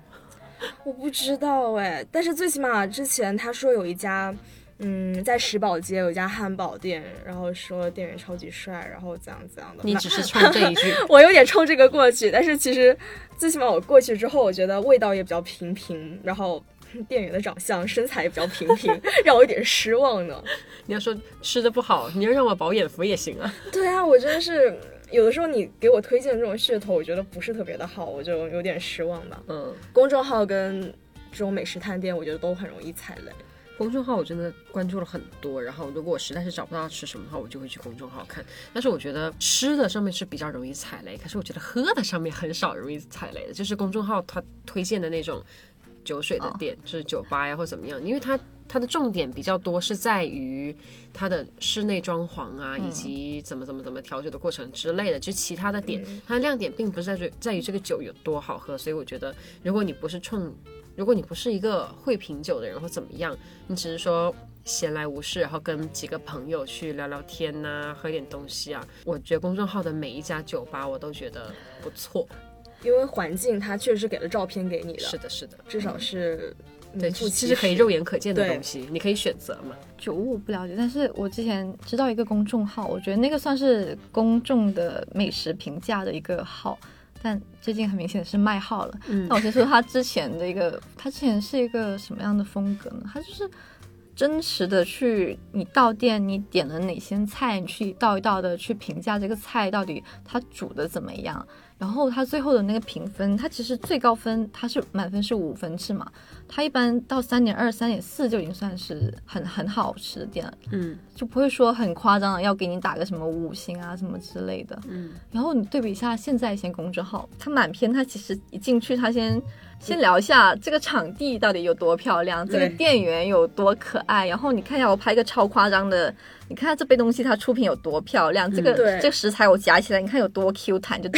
Speaker 1: 我不知道哎，但是最起码之前他说有一家，嗯，在石宝街有一家汉堡店，然后说店员超级帅，然后怎样怎样的。
Speaker 2: 你
Speaker 1: 那
Speaker 2: 只是冲这一句，
Speaker 1: 我有点冲这个过去，但是其实最起码我过去之后，我觉得味道也比较平平，然后 嗯店员的长相、身材也比较平平， 让我有点失望呢。
Speaker 2: 你要说吃的不好，你要让我饱眼福也行啊。
Speaker 1: 对啊，我真的是有的时候你给我推荐这种噱头，我觉得不是特别的好，我就有点失望吧。
Speaker 2: 嗯，
Speaker 1: 公众号跟这种美食探店，我觉得都很容易踩雷。
Speaker 2: 公众号我真的关注了很多，然后如果我实在是找不到吃什么的话，我就会去公众号看。但是我觉得吃的上面是比较容易踩雷，可是我觉得喝的上面很少容易踩雷的，就是公众号它推荐的那种酒水的店，就是酒吧呀或怎么样，因为它它的重点比较多是在于它的室内装潢啊，以及怎么怎么怎么调酒的过程之类的，就其他的点，它的亮点并不是在于在于这个酒有多好喝，所以我觉得如果你不是冲。如果你不是一个会品酒的人或怎么样，你只是说闲来无事，然后跟几个朋友去聊聊天呐、喝点东西啊。我觉得公众号的每一家酒吧我都觉得不错。
Speaker 1: 因为环境它确实给了照片给你的，
Speaker 2: 是的，是的，
Speaker 1: 至少是
Speaker 2: 对，
Speaker 1: 名副
Speaker 2: 这
Speaker 1: 其实
Speaker 2: 这是可以肉眼可见的
Speaker 1: 对
Speaker 2: 东西，你可以选择嘛。
Speaker 3: 酒我不了解，但是我之前知道一个公众号，我觉得那个算是公众的美食评价的一个号，但最近很明显是卖号了。
Speaker 2: 嗯
Speaker 3: 那我先说他之前的一个，他之前是一个什么样的风格呢？他就是真实的去你到店，你点了哪些菜，你去一道一道的去评价这个菜到底它煮的怎么样。然后它最后的那个评分，它其实最高分它是满分是五分制嘛，它一般到三点二、三点四就已经算是很很好吃的店了，
Speaker 2: 嗯
Speaker 3: 就不会说很夸张的要给你打个什么五星啊什么之类的。
Speaker 2: 嗯，
Speaker 3: 然后你对比一下现在一些公众号，它满篇它其实一进去，它先先聊一下这个场地到底有多漂亮，这
Speaker 1: 对
Speaker 3: 个店员有多可爱，然后你看一下我拍一个超夸张的，你看这杯东西它出品有多漂亮，这个
Speaker 1: 嗯对
Speaker 3: 这个食材我夹起来，你看有多 Q 弹，就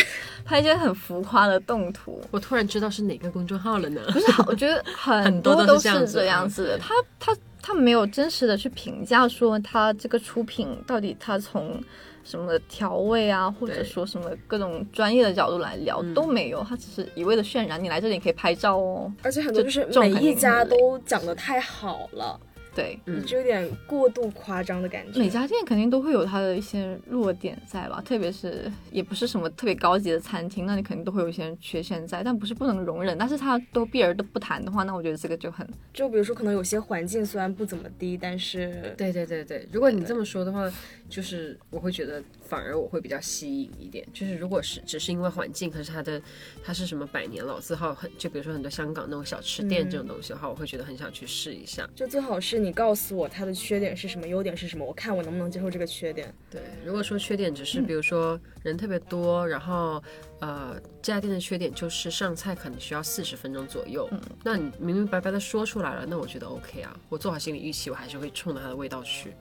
Speaker 3: 拍一些很浮夸的动图。
Speaker 2: 我突然知道是哪个公众号了呢。
Speaker 3: 不是，我觉得很
Speaker 2: 很多
Speaker 3: 多
Speaker 2: 都
Speaker 3: 都
Speaker 2: 是这样
Speaker 3: 是
Speaker 2: 子
Speaker 3: 这样
Speaker 2: 嗯
Speaker 3: 子的。他他他没有真实的去评价说他这个出品到底他从什么调味啊，或者
Speaker 2: 对
Speaker 3: 说什么各种专业的角度来聊
Speaker 2: 嗯
Speaker 3: 都没有，他只是一味的渲染。你来这里可以拍照哦，
Speaker 1: 而且很多就是
Speaker 3: 这种
Speaker 1: 每
Speaker 3: 肯定
Speaker 1: 一家
Speaker 3: 很累
Speaker 1: 都讲的太好了，
Speaker 3: 对。
Speaker 2: 嗯
Speaker 1: 就有点过度夸张的感觉。
Speaker 3: 每家店肯定都会有它的一些弱点在吧，特别是也不是什么特别高级的餐厅，那你肯定都会有一些缺陷在，但不是不能容忍。但是他都避而都不谈的话，那我觉得这个就很
Speaker 1: 就比如说可能有些环境虽然不怎么低，但是
Speaker 2: 对对对对，如果你这么说的话，就是我会觉得反而我会比较吸引一点。就是如果是只是因为环境，可是它的它是什么百年老字号，很就比如说很多香港那种小吃店这种东西的话，我会觉得很想去试一下。
Speaker 1: 就最好是你告诉我它的缺点是什么，优点是什么，我看我能不能接受这个缺点。
Speaker 2: 对，嗯如果说缺点只是比如说人特别多，然后呃这家店的缺点就是上菜可能需要四十分钟左右，那你明明白白的说出来了，那我觉得 OK 啊，我做好心理预期，我还是会冲着它的味道去。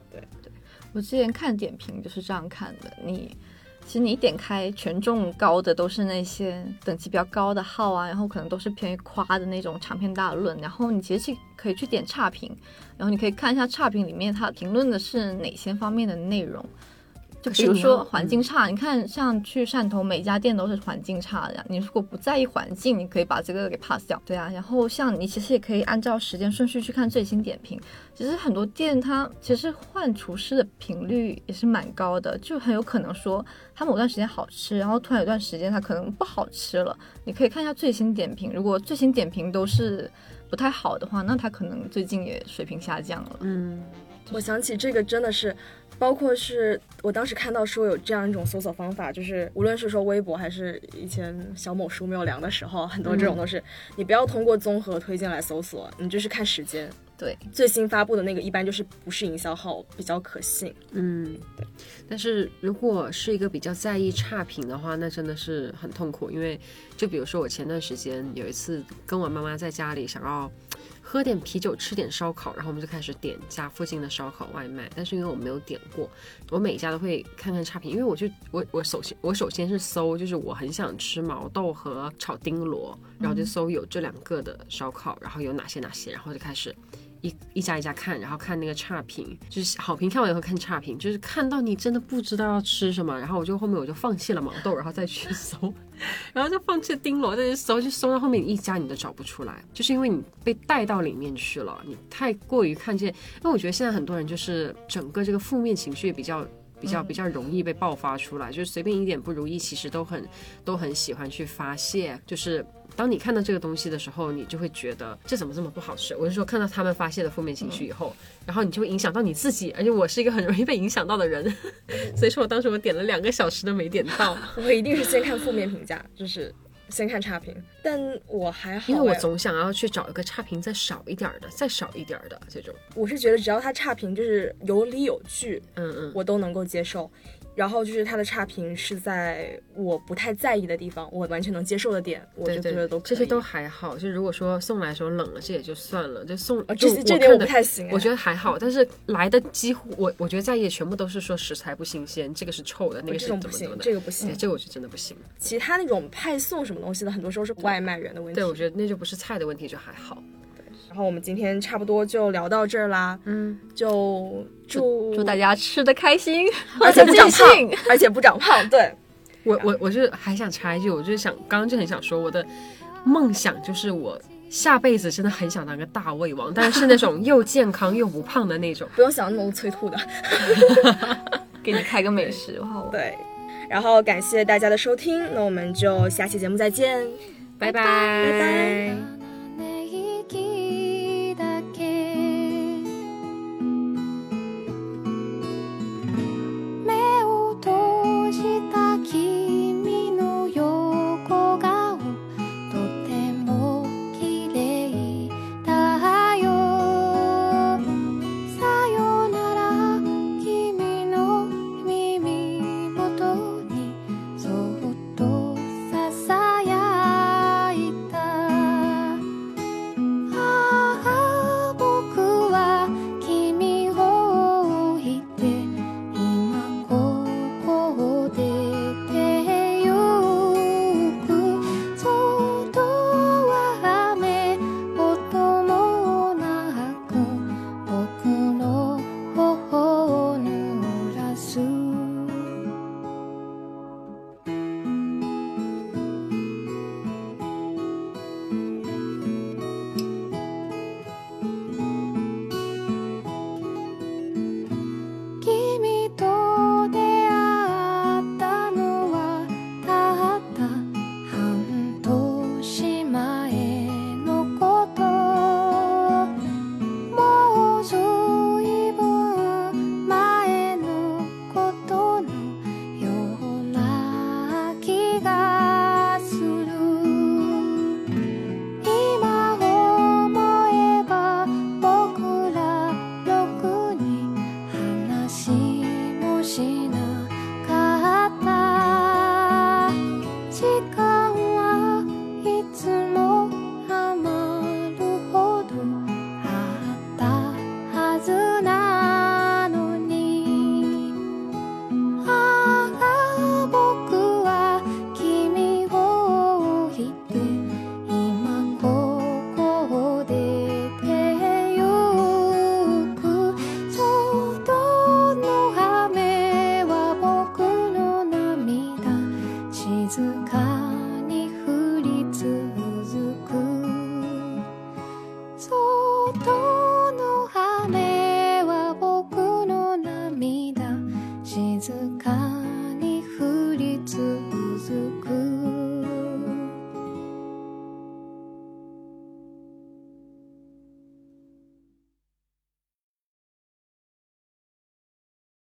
Speaker 3: 我之前看点评就是这样看的，你其实你一点开权重高的都是那些等级比较高的号啊，然后可能都是偏于夸的那种长篇大论，然后你其实去可以去点差评，然后你可以看一下差评里面它评论的是哪些方面的内容。就比如
Speaker 2: 可是你要
Speaker 3: 说环境差，你看像去汕头每家店都是环境差的呀，你如果不在意环境，你可以把这个给 pass 掉。对啊，然后像你其实也可以按照时间顺序去看最新点评，其实很多店它其实换厨师的频率也是蛮高的，就很有可能说它某段时间好吃，然后突然有段时间它可能不好吃了。你可以看一下最新点评，如果最新点评都是不太好的话，那它可能最近也水平下降了。
Speaker 2: 嗯，
Speaker 1: 我想起这个真的是，包括是我当时看到说有这样一种搜索方法，就是无论是说微博还是以前小某书没有凉的时候，很多
Speaker 2: 嗯
Speaker 1: 这种都是、你不要通过综合推荐来搜索，你就是看时间。
Speaker 3: 对，
Speaker 1: 最新发布的那个一般就是不是营销号比较可信。
Speaker 2: 嗯，对。但是如果是一个比较在意差评的话，那真的是很痛苦。因为就比如说我前段时间有一次跟我妈妈在家里想要喝点啤酒，吃点烧烤，然后我们就开始点家附近的烧烤外卖。但是因为我没有点过，我每一家都会看看差评，因为我就我我首先我首先是搜，就是我很想吃毛豆和炒丁螺，然后就搜有这两个的烧烤，然后有哪些哪些，然后就开始。一一家一家看，然后看那个差评，就是好评看完以后看差评，就是看到你真的不知道要吃什么，然后我就后面我就放弃了毛豆，然后再去搜， 然后就放弃丁螺再去搜，就搜到后面一家你都找不出来，就是因为你被带到里面去了，你太过于看见。因为我觉得现在很多人就是整个这个负面情绪比较。比较比较容易被爆发出来，就是随便一点不如意，其实都很都很喜欢去发泄。就是当你看到这个东西的时候，你就会觉得这怎么这么不好吃？我是说看到他们发泄的负面情绪以后，
Speaker 1: 嗯
Speaker 2: 然后你就会影响到你自己，而且我是一个很容易被影响到的人，
Speaker 1: 嗯
Speaker 2: 所以说我当时我点了两个小时都没点 到，
Speaker 1: 我一定是先看负面评价，就是先看差评，但我还好哎，
Speaker 2: 因为我总想要去找一个差评再少一点儿的，再少一点儿的这种。
Speaker 1: 我是觉得只要他差评就是有理有据，
Speaker 2: 嗯嗯，
Speaker 1: 我都能够接受。然后就是他的差评是在我不太在意的地方，我完全能接受的点，我
Speaker 2: 对
Speaker 1: 就觉
Speaker 2: 对
Speaker 1: 得都可以
Speaker 2: 这些都还好。就如果说送来的时候冷了，这也就算了，就送
Speaker 1: 啊，
Speaker 2: 就
Speaker 1: 这
Speaker 2: 我
Speaker 1: 些这点
Speaker 2: 看
Speaker 1: 我不
Speaker 2: 的
Speaker 1: 太行哎、
Speaker 2: 我觉得还好，但是来的几乎我我觉得在意的全部都是说食材不新鲜，这个是臭的，那
Speaker 1: 我
Speaker 2: 个
Speaker 1: 哦这
Speaker 2: 是
Speaker 1: 种
Speaker 2: 怎
Speaker 1: 不
Speaker 2: 么怎
Speaker 1: 行
Speaker 2: 么，的。
Speaker 1: 这个不行
Speaker 2: 哎。这个我是真的不行。
Speaker 1: 其他那种派送什么东西的，很多时候是外卖员的问题。
Speaker 2: 对，我觉得那就不是菜的问题，就还好。
Speaker 1: 然后我们今天差不多就聊到这儿啦，
Speaker 2: 嗯，
Speaker 1: 就祝
Speaker 3: 祝大，家吃的开心，
Speaker 1: 而且不
Speaker 3: 尽
Speaker 1: 长胖
Speaker 3: 兴。，
Speaker 1: 而且不长胖，对，啊
Speaker 2: 我我我就是还想插一句，我就是想刚刚就很想说，我的梦想就是我下辈子真的很想当个大胃王，但是是那种又健康又不胖的那种。
Speaker 1: 不用想那么多催吐的，
Speaker 3: 给你开个美食，好吧，
Speaker 1: 对。然后感谢大家的收听，那我们就下期节目再见。
Speaker 2: 拜拜
Speaker 1: 拜拜
Speaker 4: ねぎだけ目を閉じた君の横顔とても綺麗だよさよなら君の耳元にそっとささやいた」「ああ僕は君を置いて」「今ここを出てゆく」「外は雨音もなく」「僕の頬を濡らす」君と出会ったのはたった半年前のこともうずいぶん前のことのような気がする今思えば僕ら六人話もしなかった時間はいつも余るほどあったはずなのにああ僕は君を置いて今ここを出てゆく外の雨は僕の涙静か